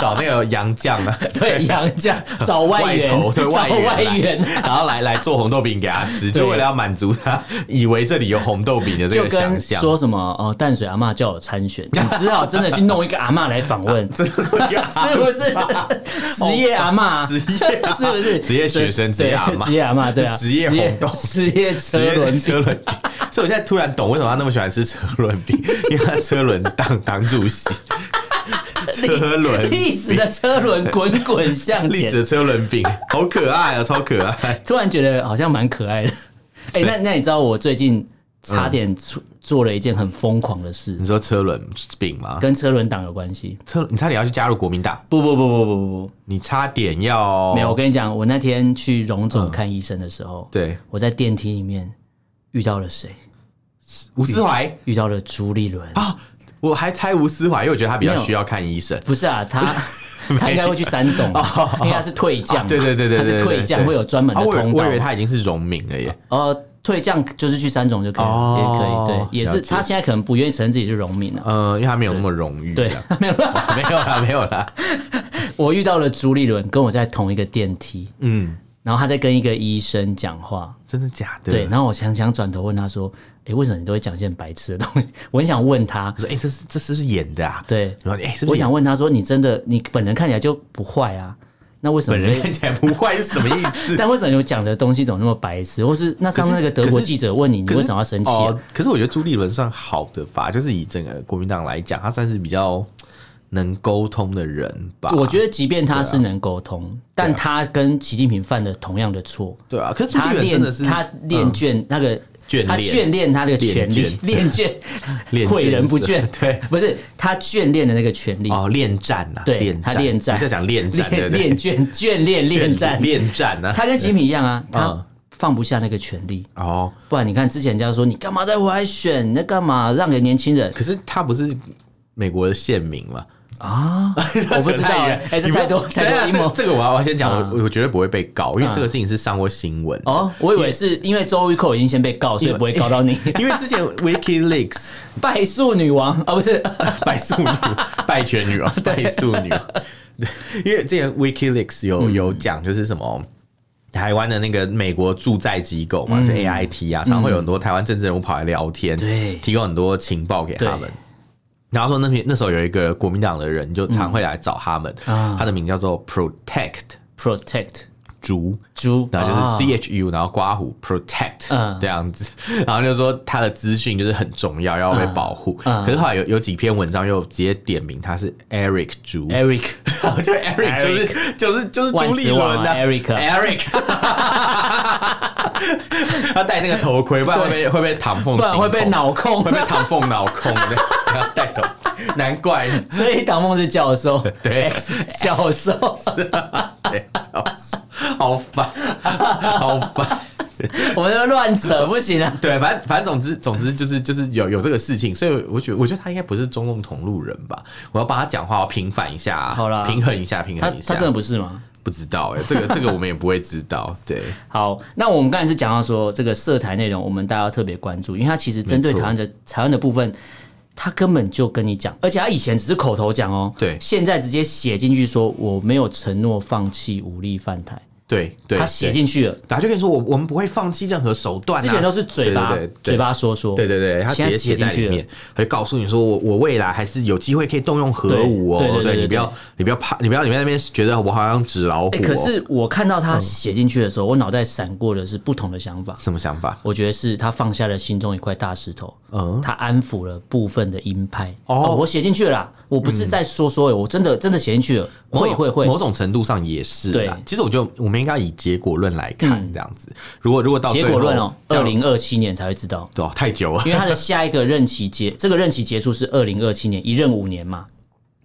A: 找那个洋酱 啊，
B: 对，杨家找外援，
A: 头对
B: 找
A: 外援
B: 外
A: 来
B: 援，
A: 然后来来做红豆饼给他吃，就为了要满足他以为这里有红豆饼的这
B: 就
A: 个想
B: 跟
A: 象。
B: 说什么哦，淡水阿嬷叫我参选，你只好真的去弄一个阿嬷来访问，
A: 真的要
B: 是不是职业阿嬷？
A: 哦职业啊
B: 是不是
A: 职业学生
B: 对
A: 职业阿嬷
B: 职业阿嬷对啊，
A: 职业红豆
B: 职业
A: 职
B: 车
A: 业
B: 轮
A: 车轮饼？所以我现在突然懂为什么他那么喜欢吃车轮饼， 因为他车轮党党主席， 车轮饼
B: 历史的车轮滚滚向
A: 历史
B: 前，
A: 的车轮饼，好可爱啊，超可爱！
B: 突然觉得好像蛮可爱的。 哎，那那你知道我最近差点出做了一件很疯狂的事
A: 你，说车轮饼吗？
B: 跟车轮党有关系？
A: 车，你差点要去加入国民党，
B: 不不不不不不不，
A: 你差点要
B: 没有，我跟你讲，我那天去荣
A: 嗯
B: 总看医生的时候，
A: 对
B: 我在电梯里面遇到了谁？
A: 吴思怀
B: 遇到了朱立伦。
A: 啊，我还猜吴思怀，因为我觉得他比
B: 没
A: 较
B: 有
A: 需要看医生。
B: 不是啊， 他他应该会去三种啊，因为他是退将嘛、
A: 哦对对对对对
B: 他是
A: 对
B: 退
A: 对
B: 将
A: 对
B: 会有专门
A: 啊，
B: 的
A: 我以为
B: 通
A: 我
B: 道
A: 以为
B: 嘛。
A: 他已经是荣民了 耶。
B: 呃，退将就是去三种就可以了，
A: 哦
B: 也可以，对，也是
A: 了解
B: 他现在可能不愿意承认自己是农民了、啊。
A: 嗯，因为他没有那么荣誉。
B: 对，没有啦。
A: 没有啦，没有啦。
B: 我遇到了朱立伦，跟我在同一个电梯，
A: 嗯，
B: 然后他在跟一个医生讲话，
A: 真的假的？
B: 对，然后我想想转头问他说：“诶，为什么你都会讲一些很白痴的东西？” 我很想问他，
A: 我说：“哎、这是这是不是演的啊？”
B: 对，
A: 然后哎、是不
B: 我
A: 是演
B: 想问他说：“你真的你本人看起来就不坏啊？那为什么
A: 本
B: 你
A: 人
B: 会
A: 看起来不坏是什么意思？
B: 但为什么有讲的东西总那么白痴？或是那上次那个德国记者问你， 你
A: 可是
B: 为什么要生气、啊
A: 哦？可是我觉得朱立伦算好的吧，就是以整个国民党来讲，他算是比较能沟通的人吧。
B: 我觉得，即便
A: 啊
B: 他是能沟通，但他跟习近平犯了同样的错。
A: 对啊，可是朱
B: 他
A: 立伦真
B: 练
A: 的是嗯
B: 他练卷那个。
A: 眷
B: 他
A: 恋
B: 眷恋他这个权利
A: 恋，
B: 恋卷
A: 恋
B: 毁人不
A: 眷
B: 倦
A: 是，对，
B: 不是他眷恋的那个权利，
A: 哦恋战呐、啊，
B: 嗯对
A: 战
B: 他恋战
A: 你在讲恋战对
B: 恋
A: 不对？
B: 恋眷眷恋 恋战，
A: 恋战啊，
B: 他跟习近平一样啊，
A: 嗯
B: 他放不下那个权利，
A: 哦，
B: 不然你看之前人家说你干嘛再回来选，你在干嘛让给年轻人
A: 可是他不是美国的县民嘛？
B: 啊？ 我不知道
A: 太
B: 哎
A: 远，
B: 哎，这
A: 你不
B: 太多
A: 等一
B: 太
A: 下
B: 多阴谋
A: 这这个我要我要先讲，
B: 啊
A: 我我绝对不会被告，因为
B: 啊
A: 这个事情是上过新闻的。
B: 哦，我以为是因为周玉蔻已经先被告，所以不会告到你。
A: 因为之 前 WikiLeaks
B: 败诉女王啊，不是
A: 拜素女、拜权女啊，拜素女。 对，因为之前 WikiLeaks 有有讲，就是什么。台湾的那个美国驻在机构嘛，就 AIT 啊，常常会有很多台湾政治人物跑来聊天，
B: 对
A: 提供很多情报给他
B: 对
A: 们。然后说那边那时候有一个国民党的人，就常会来找他们，
B: 啊
A: 他的名叫做 Protect
B: protect
A: 竹，
B: 猪，
A: 然后就是
B: 啊
A: C H U，然后刮胡 protect、
B: 嗯
A: 这样子， 然后就说他的资讯就是很重要，要被保护。
B: 嗯
A: 可是后来有有几篇文章又直接点名他是 Eric 朱，
B: Eric
A: 就 Eric 就是就是就是朱立伦
B: 万磁王
A: 的、
B: 啊，Eric
A: Eric，他戴那个头盔， 不然会哦被会被唐凤心痛，
B: 不然会被脑控
A: 会。被唐凤脑控 的，要戴头，难怪。
B: 所以党梦是教 授，
A: 对
B: X 教授，
A: 对好烦，好烦。
B: 我们都乱扯不行啊。
A: 对，反正反正总之总之就是就是有有这个事情，所以我觉得我觉得他应该不是中共同路人吧？我要帮他讲话，要平反一下啊、
B: 好啦
A: 平衡一下，平
B: 他
A: 衡一
B: 他
A: 下。
B: 真的不是吗？
A: 不知道哎、这个这个我们也不会知道。对，
B: 好，那我们刚才是讲到说这个涉台内容，我们大家要特别关注，因为它其实针对
A: 没错
B: 台湾的台湾的部分，他根本就跟你讲，而且他以前只是口头讲哦，
A: 对
B: 现在直接写进去说我没有承诺放弃武力犯台，
A: 对对，
B: 他写
A: 对，
B: 进去了，
A: 他就跟你说我我们不会放弃任何手段、啊。
B: 之前都是嘴巴
A: 对对对对
B: 嘴巴说说，
A: 对对对，他直
B: 现在
A: 接写
B: 写进
A: 在
B: 去
A: 里
B: 了
A: 面，他就告诉你说我我未来还是有机会可以动用核武哦。
B: 对对对对
A: 你不要你不要怕，你不要你在那边觉得我好像纸老虎、哦
B: 哎、可是我看到
A: 嗯
B: 他写进去的时候，我脑袋闪过的是不同的想法。
A: 什么想法？
B: 我觉得是他放下了心中一块大石头，
A: 嗯
B: 他安抚了部分的鹰派。
A: 哦
B: 哦，我写进去了啦，我不是在说说、欸，我真的真的写进去了，会
A: 某
B: 会会
A: 某，种程度上也是啦
B: 对。嗯
A: 其实我觉得我们应该以结果论来看，这样子。如果如果到
B: 结
A: 最后
B: 果论哦，嗯
A: 这
B: 二
A: 样
B: 零二七年才会知道，
A: 对哦太久了，
B: 因为他的下一个任期结， 这个任期结束是二零二七年，一任五年嘛。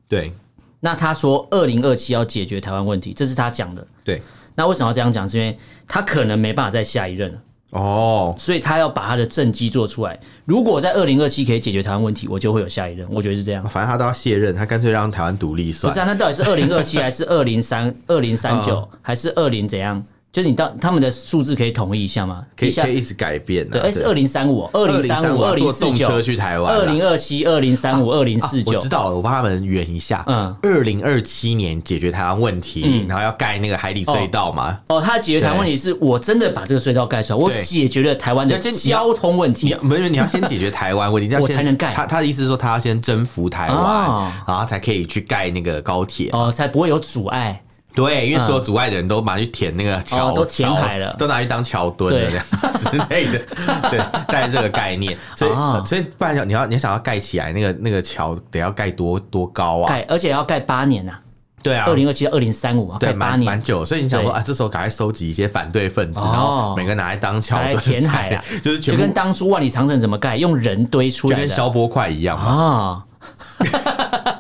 A: 对
B: 那他说二零二七要解决台湾问题，这是他讲的。
A: 对
B: 那为什么要这样讲？是因为他可能没办法再下一任了。
A: 哦，
B: 所以他要把他的政绩做出来。如果在二零二七可以解决台湾问题，我就会有下一任。我觉得是这样。
A: 反正他都要卸任，他干脆让台湾独立
B: 不
A: 算
B: 是。啊，那到底是二零二七 还是二零三二零三九
A: 嗯
B: 还是二零怎样？就是你到他们的数字可以统一一下吗？
A: 可
B: 一
A: 以
B: 下
A: 可以一直改变啊
B: 对，
A: 的、
B: 哎是二零三五、二零三五、啊
A: 2035
B: 二零
A: 啊坐
B: 四
A: 动
B: 九、
A: 车去台湾啦
B: 二零二七、二零三五、二零
A: 啊
B: 四
A: 我
B: 九
A: 知。道了，我帮他们圆一下。嗯
B: 嗯，
A: 二零二七年解决台湾问题，然后要盖那个海底隧道嘛。
B: 哦，他解决台湾问题是我真的把这个隧道盖出来，我
A: 对
B: 解决了台湾的
A: 要先你要
B: 交通问
A: 你
B: 题
A: 要。没有，你要先解决台湾问题，你要
B: 我
A: 先
B: 才能盖
A: 他他的意思是说，他要先征服台湾，
B: 哦
A: 然后他才可以去盖那个高铁。
B: 哦，才不会有阻碍。
A: 对，因为所有阻碍的人都拿去填那个桥，
B: 哦都填海了
A: 桥都拿去当桥墩了
B: 对
A: 这样之类 的，对，带这个概念，所以、
B: 啊
A: 所以不然你要你想要盖起来那个那个桥得要盖多多高啊？
B: 盖，而且要盖八年呐，
A: 对啊
B: 二。零二七到二零三五啊，
A: 对，
B: 盖八
A: 蛮
B: 年
A: 蛮。久，所以你想说
B: 对
A: 啊，这时候赶快收集一些反对分子，
B: 哦
A: 然后每个拿来当桥
B: 拿来
A: 墩，
B: 填海啊
A: 就是全
B: 就
A: 部
B: 跟当初万里长城怎么盖，用人堆出
A: 就
B: 来
A: 跟
B: 的
A: 消波块一样嘛，
B: 啊，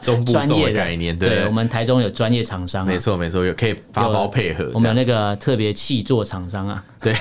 A: 中部
B: 专
A: 重
B: 业
A: 的
B: 的
A: 概念，
B: 对
A: 对
B: 我，们台中有专业厂商啊、
A: 没错没错，有可以发
B: 有
A: 包配合这样，
B: 我们有那个特别气作厂商 啊，
A: 对，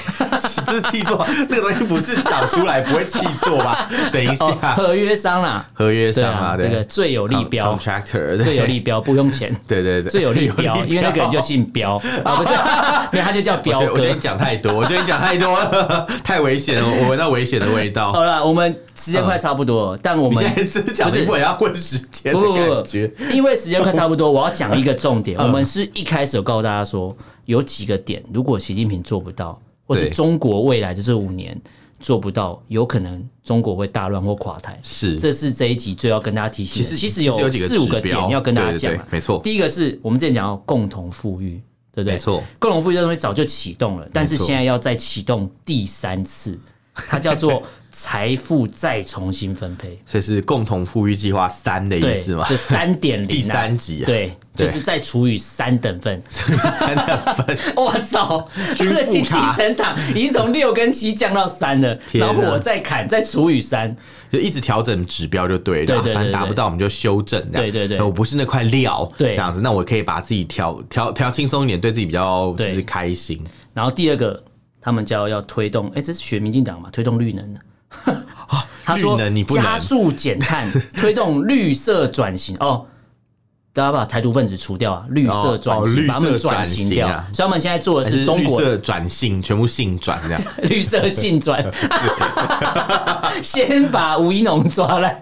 A: 这是气作，那个东西不是长出来不会气作 吧？等一
B: 哦，
A: 下，
B: 合约商啦，
A: 合约
B: 对
A: 上啊，
B: 啊，
A: 对
B: 这个最有利
A: Con-
B: 标，
A: contractor
B: 最有利，标不用钱，
A: 对对对对，
B: 最有利标，因为那个人就姓标啊，不是， 因为他就叫
A: 我
B: 彪
A: 觉得我觉得
B: 哥
A: 你。讲太多，我觉得你讲太多了， 太危险了，我闻到危险的味道。
B: 好了，我们时间快差不多了，但我
A: 你
B: 们
A: 现在是讲
B: 不是
A: 一部也要混时间
B: 不
A: 的
B: 不不
A: 感感觉。嗯
B: 因为时间快差不多，我要讲一个重点。我们是一开始有告诉大家说，有几个点，如果习近平做不到，或是
A: 对
B: 中国未来的这五年做不到，有可能中国会大乱或垮台。
A: 是
B: 这是这一集最要跟大家提醒的。
A: 其实
B: 其实
A: 其实
B: 有
A: 有几个
B: 四五个
A: 指
B: 点
A: 标
B: 要跟大家
A: 对对
B: 讲
A: 对
B: 啊。
A: 没错
B: 第一个是我们之前讲到共同富裕，对不对？
A: 没错，
B: 共同富裕这东西早就启动了，但是
A: 没错
B: 现在要再启动第三次，它叫做财富再重新分配。
A: 所以是共同富裕计划三的意
B: 对，
A: 思吗？
B: 就三点 零
A: 第三集啊
B: 对，就
A: 对
B: 是再除以三等份，三等份， 我操，他
A: 均富
B: 的经济
A: 卡
B: 成长已经从六跟七降到三了，
A: 天啊
B: 然后我再砍，再除以三，
A: 就一直调整指标就对了，
B: 对对对
A: 反正达
B: 对
A: 不到我们就修正这样。
B: 对对对
A: 那我不是那块料，
B: 对
A: 这样子，那我可以把自己调调调轻松一点，对自己比较就
B: 对
A: 是开心。
B: 然后第二个，他们叫要推动，哎、这是学民进党嘛，推动绿能的。 他说
A: 绿能你不能
B: 加速 减碳，推动绿色转型哦。大家把台独分子除掉啊，绿色转
A: 哦哦
B: 型，
A: 绿色
B: 把他们转型掉。
A: 转型啊
B: 所以他们现在做的
A: 还
B: 是中
A: 绿
B: 国
A: 色转性，全部性转 这样，
B: 绿色性转， 先把吴一农抓烂，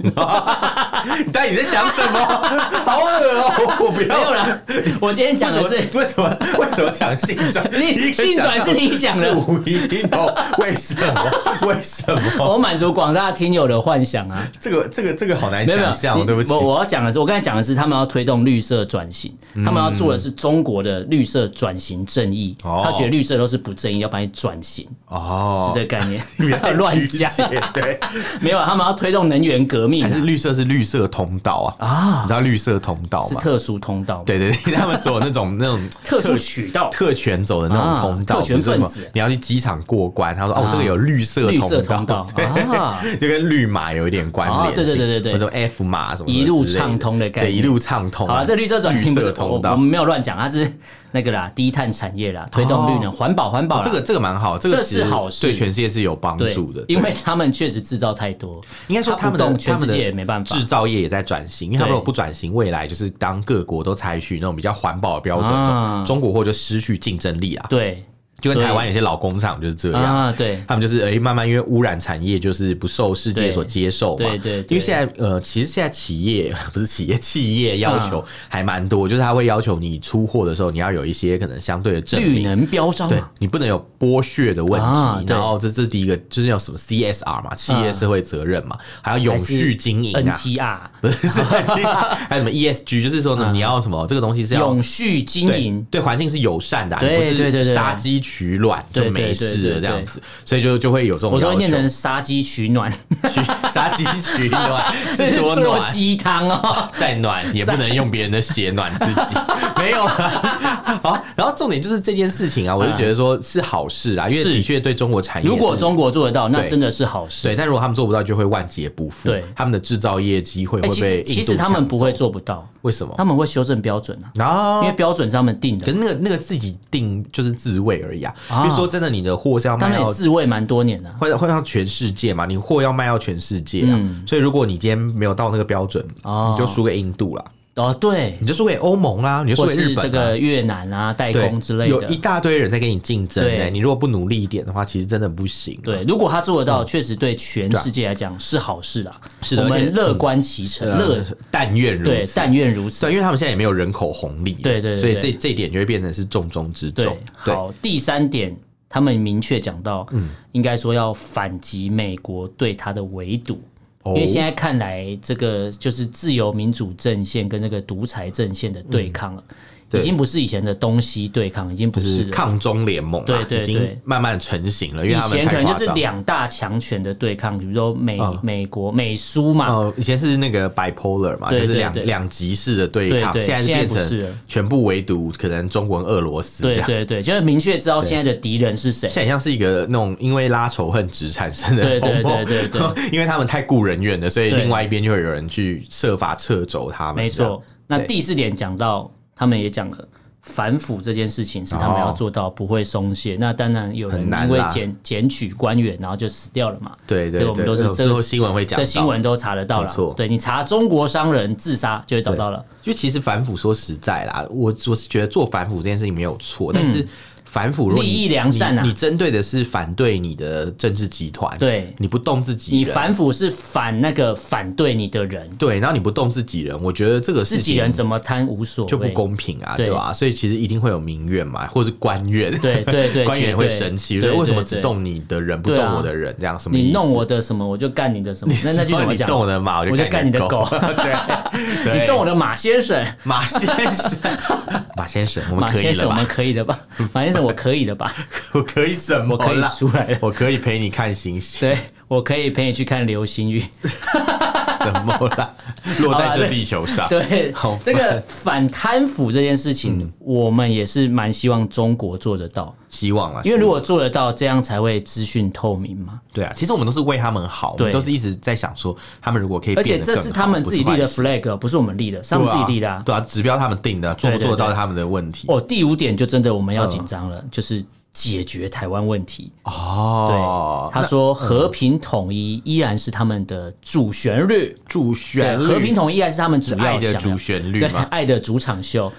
A: 但你在想什么？ 好恶哦、我不
B: 没有
A: 要。
B: 啦。我今天讲的是
A: 为什么？为什么讲性转？
B: 你
A: 第一个
B: 性转
A: 想
B: 是你讲的
A: 是无一哦？为什 么？为什么？
B: 我满足广大听友的幻想啊。
A: 这个这个这个好难
B: 没有没有
A: 想，象哦，
B: 你
A: 对不起
B: 我。我要讲的是，我刚才讲的是他们要推动绿色转型，他们要做的是中国的绿色转型正义。
A: 哦
B: 他觉得绿色都是不正义，要把你转型，
A: 哦，
B: 是这个概 念。
A: 你
B: 不
A: 不要
B: 要 乱讲，
A: 曲解对。
B: 没有，他们要推动能源革命啊
A: 还是绿色是绿色通道啊？
B: 啊
A: 你，知道绿色通道
B: 是
A: 吗？
B: 特殊通道，，
A: 对对对， 他们所有那种那种
B: 特殊渠道。
A: 特权走的那种通道，
B: 啊特权
A: 不是什么
B: 分子
A: 你要去机场过关，他说哦
B: 啊，
A: 这个有绿色
B: 绿色
A: 通
B: 通道 啊，
A: 就跟绿码有一点关联性，
B: 哦对对对对对
A: 或者 F 码什么的
B: 一路
A: 之类的
B: 畅通的概念
A: 对，一路畅通啊。
B: 好了，这绿色转型
A: 绿
B: 不是
A: 色
B: 我
A: 通
B: 我
A: 道哦
B: 们，没有乱讲，它是那个啦，低碳产业啦，推动绿能、环保、环保啦。
A: 这个这个蛮好，这个
B: 这
A: 其实
B: 是好事
A: 对全世界是有帮
B: 对
A: 助的，，
B: 因为他们确实制造太多，
A: 应该说
B: 它
A: 他
B: 不
A: 们的
B: 动全
A: 他
B: 世
A: 们的
B: 界也没办法
A: 制造业也在转型，因为他们
B: 对
A: 如果不转型，未来就是当各国都采取那种比较环保的标准的时候，
B: 啊
A: 中国或就失去竞争力啊。
B: 对，
A: 就跟台湾
B: 所
A: 有些老工厂就是这
B: 以
A: 样。
B: 啊，对，
A: 他们就是哎、慢慢因为污染产业就是不受世界所接受嘛，
B: 对对对
A: 因为现在呃，其实现在企业不是企业，企业要
B: 啊
A: 求还蛮多，就是他会要求你出货的时候，你要有一些可能相对的证
B: 绿
A: 明，
B: 能标章
A: 对
B: 啊，
A: 你不能有剥削的问题，
B: 啊对
A: 然后这这是第一个，就是有什么 CSR 嘛，企业社会责任嘛，还要永续经营啊。
B: NTR
A: 不是，是 还有什么 ESG，就是说呢，
B: 嗯
A: 你要什么这个东西是要
B: 永续经
A: 对
B: 营，
A: 对环境是友善的啊，
B: 对
A: 你不
B: 对对
A: 是
B: 对
A: 杀鸡取卵就
B: 对对
A: 没
B: 对
A: 事
B: 对
A: 了
B: 对
A: 这样子，所以就就会有这种
B: 我都
A: 要
B: 会念成
A: 求。
B: 杀鸡取暖，
A: 取杀鸡取 暖 是多
B: 做
A: 暖，
B: 鸡汤哦。
A: 再 暖也不能用别人的血暖自己，没有啦。 好，然后重点就是这件事情啊，我就觉得说是好事啊，因为
B: 嗯是
A: 的确对中国产业是，
B: 如果中国做得到，那
A: 对
B: 真的是好事。
A: 对，但如果他们做不到，就会万劫不复。
B: 对
A: 他们的制造业机会
B: 哎，
A: 会
B: 其
A: 被
B: 实
A: 印度
B: 其实他们
A: 抢
B: 不会
A: 走，哦
B: 做不到，
A: 为什么？
B: 他们会修正标准啊，
A: 然后
B: 因为标准是他们定
A: 可
B: 的。
A: 是那个那个自己定就是自卫而已啊。
B: 啊
A: 比如说真的，你的货是要
B: 他
A: 卖
B: 们也
A: 到。
B: 自卫蛮多年的啊。
A: 会会到全世界嘛？你货要卖到全世界啊，所以如果你今天没有到那个标准，
B: 嗯哦
A: 你就输给印度啦，
B: 哦，对，
A: 你就输给欧盟啦，你就输
B: 或
A: 给日
B: 是
A: 本、啊。
B: 这个越南啊，代
A: 对
B: 工之类
A: 有一
B: 的。
A: 大堆人在跟你竞争
B: 对
A: 呢、你如果不努力一点的话，其实真的不行、啊。
B: 对，如果他做得到，确实对全世界来讲是好事啦。
A: 是的
B: 我
A: 而且
B: 们乐观其成，
A: 呃，
B: 乐
A: 但愿如
B: 对，
A: 此。
B: 但愿如此
A: 对，。因为他们现在也没有人口红利，
B: 对对对
A: 所以
B: 对
A: 这这一点就会变成是重中之重
B: 对，。
A: 对，嗯
B: 好，第三点，他们明确讲到，应该说要反击美国对他的围堵。
A: 哦
B: 因为现在看来，这个就是自由民主阵线跟那个独裁阵线的对抗了，
A: 嗯对
B: 已经不是以前的东西对抗，已经不
A: 就是是
B: 了
A: 抗中联盟、啊，
B: 对对
A: 已
B: 对
A: 经慢慢成型了，因为
B: 以
A: 他们
B: 前可
A: 太
B: 能就
A: 夸
B: 是
A: 张。
B: 两大强权的对抗，比如说美、美国美苏嘛，
A: 哦，以前是那个 bipolar 嘛，
B: 对
A: 就是
B: 对
A: 两
B: 对
A: 两极式的对抗，
B: 对对
A: 现在是
B: 现在
A: 变
B: 不是
A: 成
B: 了
A: 全部围堵，可能中国跟俄罗斯这
B: 对
A: 样。
B: 对对，就是明确知道现在的敌人是谁。
A: 现在很像是一个那种因为拉仇恨值产生的
B: 对对
A: 冲动，
B: 对对
A: 因为他们太顾人怨了，所以
B: 对
A: 另外一边就会有人去设法掣肘他们。
B: 没
A: 这样
B: 错，。那第四点讲到，他们也讲了。反腐这件事情是他们要做到不会松懈，那当然有人
A: 哦很难
B: 因为
A: 啦
B: 检检举官员，然后就死掉了嘛。
A: 对对
B: 这个我
A: 对，
B: 们都是
A: 之后新闻会讲
B: 这
A: 到。
B: 新闻都查得到
A: 没错
B: 了。对你查中国商人自杀就会找到了。
A: 就其实反腐说实在啦，我我是觉得做反腐这件事情没有错，但是反腐弱，
B: 嗯利益良善啊
A: 你你针对的是反对你的政治集团，
B: 对
A: 你不动自己人，
B: 你反腐是反那个反对你的人，
A: 对，然后你不动自己人，我觉得这个事
B: 自
A: 情
B: 己人怎么贪无所谓，
A: 就不公平啊，
B: 对
A: 对吧、所以其实一定会有民怨嘛，或者是官怨，
B: 对 对对
A: 官员也会
B: 绝对
A: 生气，
B: 对
A: 说为什么
B: 对
A: 只
B: 对
A: 动你的人，不
B: 对啊
A: 动我的人，这样什么意思？
B: 你弄我的什么，我就干你的什么。那那句怎 么
A: 你
B: 讲？
A: 动我的马，我
B: 我就
A: 就
B: 干你的
A: 狗。
B: 狗
A: 对，对
B: 你动我的马先生，
A: 马先生， 马先生，我们
B: 马
A: 可以
B: 先生，
A: 了
B: 我们
A: 吧？
B: 可以 的吧？马先生，我可以的吧？
A: 我可以什么
B: 我可以
A: 啦
B: 出来了。
A: 我可以陪你看星星，
B: 对，我可以陪你去看流星雨。
A: 什么 啦？落在这地球上，
B: 对
A: 好，嗯
B: 这个反贪腐这件事情，我们也是蛮希望中国做得到，
A: 希望啊，
B: 因为如
A: 果
B: 果做得到，这样才会资讯透明嘛。
A: 对啊，其实我们都是为他们好，我
B: 对
A: 们都是一直在想说，他们如果可以
B: 而
A: 变得
B: 且
A: 更好，
B: 这是他们自己
A: 不
B: 立的
A: 是坏事
B: flag，哦不是我们立的，是他们自己立的啊。
A: 对啊，对啊指标他们定的，做不
B: 对对
A: 做得到
B: 对
A: 是他们的问题。
B: 哦，第五点就真的我们要紧张
A: 嗯
B: 了，就是解决台湾问题。
A: 哦
B: 对，，他
A: 嗯
B: 说和平统一依然是他们的主旋律，
A: 主
B: 对，
A: 旋律
B: 和平统一依然是他们主
A: 爱
B: 要
A: 的
B: 想
A: 主旋律
B: 对
A: 嘛，
B: 爱的主 场秀，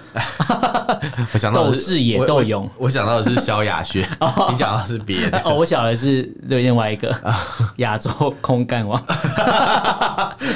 A: 我想到的是
B: 斗智也
A: 我
B: 斗
A: 我
B: 勇哦
A: 我想到的是萧亚轩，你讲到的是别的，
B: 哦，我想的是对另外一个
A: 啊
B: 亚洲空干 王，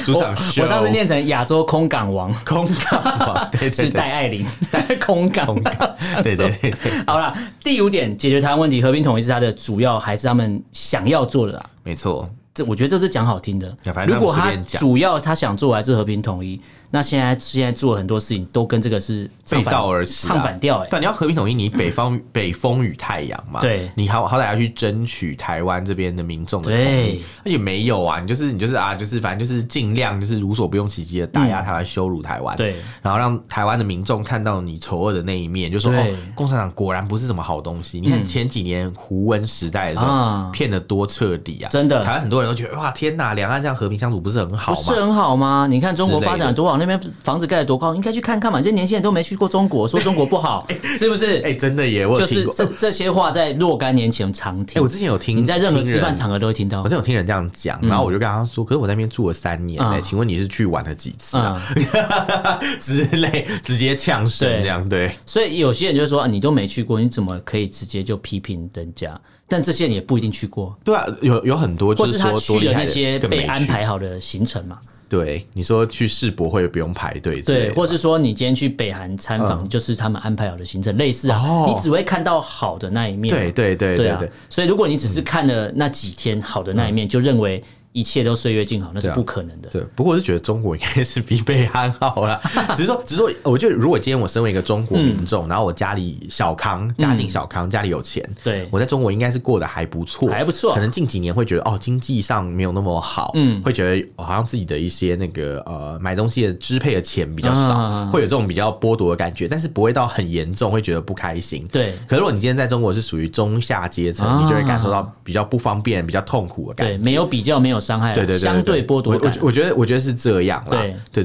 A: 主
B: 我
A: 场哦秀。
B: 我上次念成亚洲空港王，
A: 空港 嘛，对对
B: 是
A: 对
B: 戴爱 玲， 空港空港，
A: 对对对对，
B: 好啦，第五点，解决台湾问题，和平统一是他的主要，还是他们想要做的啦。
A: 没错，
B: 这我觉得这是讲好听的
A: 呀。反正
B: 如果
A: 他们
B: 他
A: 随便讲
B: 主要他想做还是和平统一，那现在现在做很多事情都跟这个是唱反
A: 背道而驰啊
B: 唱反调哎、
A: 但你要和平统一，你北 方北风与太阳嘛，
B: 对
A: 你好好歹要去争取台湾这边的民众的
B: 对
A: 统一，那也没有啊，你就是你就是啊，就是反正就是尽量就是无所不用其极的打压台湾、羞辱啊台湾，
B: 嗯对，
A: 然后让台湾的民众看到你丑恶的那一面，就说
B: 对
A: 哦，共产党果然不是什么好东西。你看前几年胡温时代的时
B: 啊
A: 候，骗的多彻底啊，
B: 真的
A: 台湾很多人都觉得哇，天哪，两岸这样和平相处不是很好
B: 不
A: 吗？
B: 是很好吗？你看中国发
A: 之类
B: 展
A: 的
B: 多好，那边房子盖得多高，应该去看看嘛。这些年轻人都没去过中国，说中国不好，是不是？
A: 哎、真的耶，我有
B: 就是
A: 听过。
B: 这
A: 哎、
B: 这些话在若干年前常听。
A: 我之前有听，
B: 你在任何
A: 听
B: 吃饭
A: 人
B: 场合都会听到
A: 我。真有听人这样讲，然后我就跟他说：“可是我在那边住了三年、欸，
B: 嗯
A: 请问你是去玩了几次啊？
B: 嗯，
A: 之类，直接呛声
B: 对
A: 这样对，
B: 所以有些人就说、啊、你都没去过，你怎么可以直接就批评人家？但这些人也不一定去过，
A: 对啊，有有很多就
B: 或是他
A: 说
B: 去
A: 多厉
B: 了那
A: 害的
B: 些
A: 更没
B: 被安
A: 去。
B: 排好的行程嘛。
A: 对，你说去世博会不用排队之类的
B: 对，
A: 吧，
B: 或是说你今天去北韩参访，就是他们安排好的行程，类似啊，
A: 哦
B: 你只会看到好的那一面嘛。
A: 对对对
B: 对
A: 对嗯
B: 啊
A: 对，，
B: 所以如果你只是看了那几天好的那一面，就认为一切都岁月静好，那是
A: 对啊
B: 不可能的。
A: 对，不过我是觉得中国应该是比北韩好 啦。
B: 嗯
A: 只是说，只是说，我觉得如果今天我身为一个中国民众，然后我家里小康，家
B: 嗯
A: 境小康，家里有钱，
B: 对
A: 我在中国应该是过得还不错，
B: 还不错
A: 可能近几年会觉得哦，经济上没有那么好，嗯，会觉得哦好像自己的一些那个呃买东西的支配的钱比较少，
B: 啊
A: 会有这种比较剥夺的感觉，但是不会到很严重，会觉得不开心。
B: 对
A: 可是如果你今天在中国是属于中下阶层，你就会感受
B: 啊
A: 到比较不方便、比较痛苦的感觉。
B: 对，没有比较，没有伤害啊，
A: 对对对，
B: 相对剥夺
A: 我我
B: 感
A: 觉。我觉得我觉得是这样啦。
B: 对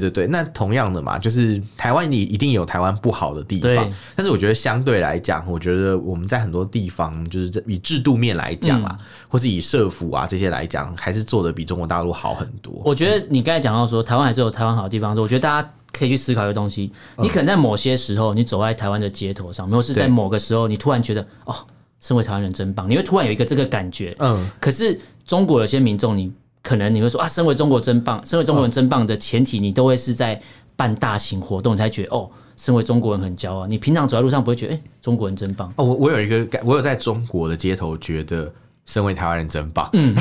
A: 对对对，那同样的嘛，就是台湾你一定有台湾不好的地
B: 对
A: 方，但是我觉得相对来讲，我觉得我们在很多地方，就是这以制度面来讲
B: 嗯
A: 啦，或是以社服啊这些来讲，还是做的比中国大陆好很多。
B: 我觉得你刚才讲到说台湾还是有台湾好的地方，我觉得大家可以去思考一个东西，你可能在某些时候，你走在台湾的街头上，或是
A: 嗯
B: 在
A: 对
B: 某个时候，你突然觉得哦，身为台湾人真棒，你会突然有一个这个感觉。
A: 嗯，
B: 可是中国有些民众，你可能你会说啊，身为中国真棒，身为中国人真棒的前提，你都会是在办大型活动，你才觉得哦，身为中国人很骄傲。你平常走在路上不会觉得，哎、中国人真棒。
A: 哦，我我有一个感，我有在中国的街头觉得。身为台湾人真棒，
B: 嗯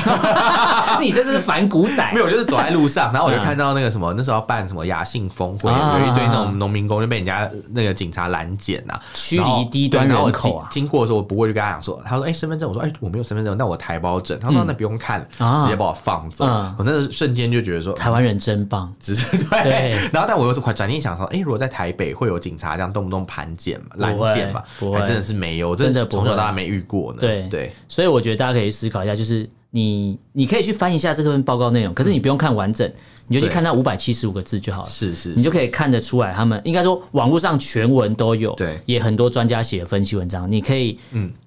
B: 你这是反骨仔
A: 没。有，我就是走在路上，然后我就
B: 嗯
A: 看到那个什么，那时候要办什么雅信峰会，
B: 啊
A: 有一堆那种农民工就被人家那个警察拦截啊呐，
B: 驱
A: 然后
B: 离低端
A: 对然后
B: 人
A: 我
B: 口啊
A: 经经过的时候，我不过就跟他讲说，他说：“哎、身份证。”我说：“哎、我没有身份证，那我台胞证。”他说：“那不用看了，
B: 啊
A: 直接把我放走。
B: 嗯
A: 我那个瞬间就觉得说，
B: 台湾人真棒，
A: 只是对。
B: 对
A: 然后，但我又是转念想说，哎、如果在台北会有警察这样动不动盘检嘛、拦
B: 不会
A: 检嘛，哎
B: 不会
A: 还真的是没有，我
B: 真的
A: 是
B: 不
A: 从小
B: 会
A: 到大没遇过呢。
B: 对
A: 对
B: 所以我觉得大家可以思考一下，就是你你可以去翻一下这份报告内容，可是你不用看完整，你就去
A: 对
B: 看那五百七十五个字就好了。
A: 是是，
B: 你
A: 是
B: 就可以看得出来，他们应该说网络上全文都有，
A: 对嗯
B: 也很多专家写的分析文章，你可以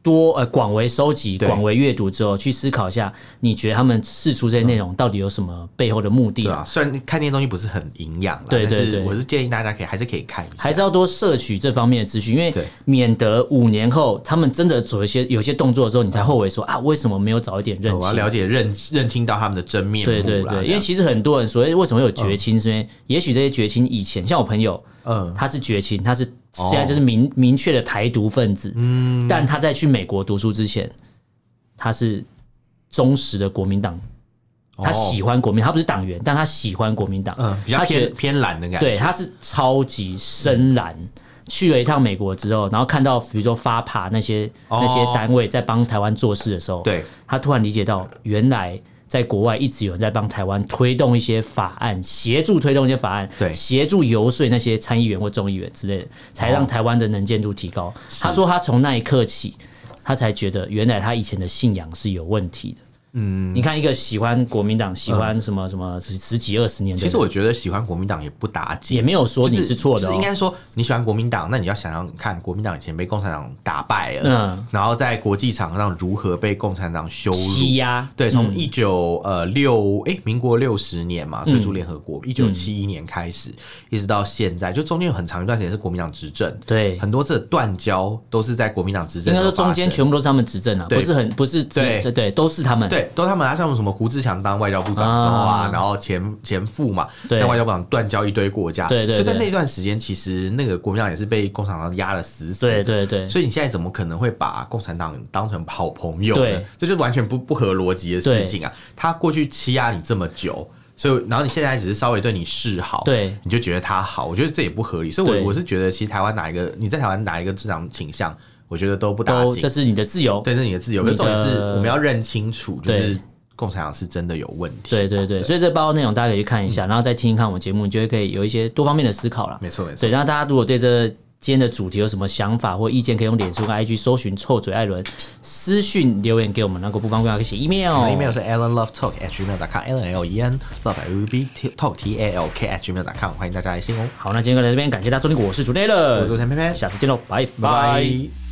B: 多呃广为收集、
A: 对
B: 广为阅读之后，去思考一下，你觉得他们释出这些内容到底有什么背后的目的
A: 对？啊，虽然看那些东西不是很营养啦，
B: 对对
A: 但
B: 对
A: 是我是建议大家可以还是可以看一下，
B: 还是要多摄取这方面的资讯，因为
A: 对
B: 免得五年后他们真的做一些有些动作的时候，你才后悔说啊，为什么没有早一点
A: 对
B: 认
A: 哦我要
B: 清？
A: 了解认认清到他们的真面目啦
B: 对对
A: 这样
B: 对，因为其实很多人所谓为什么会有绝亲，是因为也许这些绝亲以前，像我朋友，
A: 嗯
B: 他是绝亲，他是现在就是明、明确的台独分子，
A: 嗯
B: 但他在去美国读书之前，他是忠实的国民党，他喜欢国民，他不是党员，但他喜欢国民党，
A: 哦嗯比较
B: 他觉得
A: 偏偏懒的感觉，
B: 对，他是超级深蓝。去了一趟美国之后，然后看到比如说发爬那些、那些
A: 哦
B: 单位在帮台湾做事的时候，
A: 对
B: 他突然理解到，原来在国外一直有人在帮台湾推动一些法案，协助推动一些法案，
A: 对
B: 协助游说那些参议员或众议员之类的，才让台湾的能见度提高。他说，他从那一刻起，他才觉得原来他以前的信仰是有问题的。嗯，你看一个喜欢国民党、喜欢什么什么十十几二十年的
A: 嗯其
B: 人，
A: 实我觉得喜欢国民党也不打紧，
B: 也没有说你是错的、
A: 就
B: 哦
A: 是应该说你喜欢国民党，那你要想想看，国民党以前被共产党打败了，
B: 嗯
A: 然后在国际场上如何被共产党羞
B: 欺
A: 辱。
B: 压，
A: 对，从一九呃六哎，民国六十年
B: 嗯
A: 嘛，退出联合国，一九七一年开始，一直到现在，就中间有很长一段时间是国民党执政，
B: 对，
A: 很多次的断交都是在国民党执
B: 应
A: 政
B: 该
A: 的时
B: 说
A: 候
B: 中
A: 发生。
B: 间全部都是他们执政啊，
A: 对
B: 不是很不是执
A: 对
B: 对，都是他们，
A: 对，都是他们啊，像什么胡志强当外交部长的时候啊，
B: 啊
A: 然后前前副嘛，
B: 对
A: 当外交部长断交一堆国家，
B: 对对
A: 就在
B: 对
A: 那段时间，其实那个国民党也是被共产党压得死死的，
B: 对对对，
A: 所以你现在怎么可能会把共产党当成好朋友呢
B: 对？
A: 这就完全不不合逻辑的事情啊！他过去欺压你这么久，所以然后你现在只是稍微对你示好，
B: 对
A: 你就觉得他好，我觉得这也不合理。所以我，
B: 对
A: 我是觉得，其实台湾哪一个你在台湾哪一个政党倾向，我觉得都不打
B: 都
A: 紧
B: 这，是你的自由，
A: 对，这是你的自由。可
B: 你
A: 是
B: 的
A: 重点是，我们要认清楚，就
B: 对
A: 是共产党是真的有问题。
B: 对对对，所以这报告内容大家可以去看一下，然后再听一看我们节目，你就会可以有一些多方面的思考啦。
A: 嗯没错没错。
B: 对，然后大家如果对这今天的主题有什么想法或意见，可以用脸书跟 IG 搜寻“臭嘴艾伦”，私讯留言给我们。如果不方便，可以写 email。
A: 我的 email 是 allenlovetalk at gmail.com，allen l e n love l u b T- talk t a l k at gmail.com，欢迎大家来信哦。
B: 好，那今天就到这边，感谢大家收听，我是主内
A: 我是
B: 乐
A: 周，天佩佩，
B: 下次见喽，拜
A: 拜
B: 拜
A: 拜。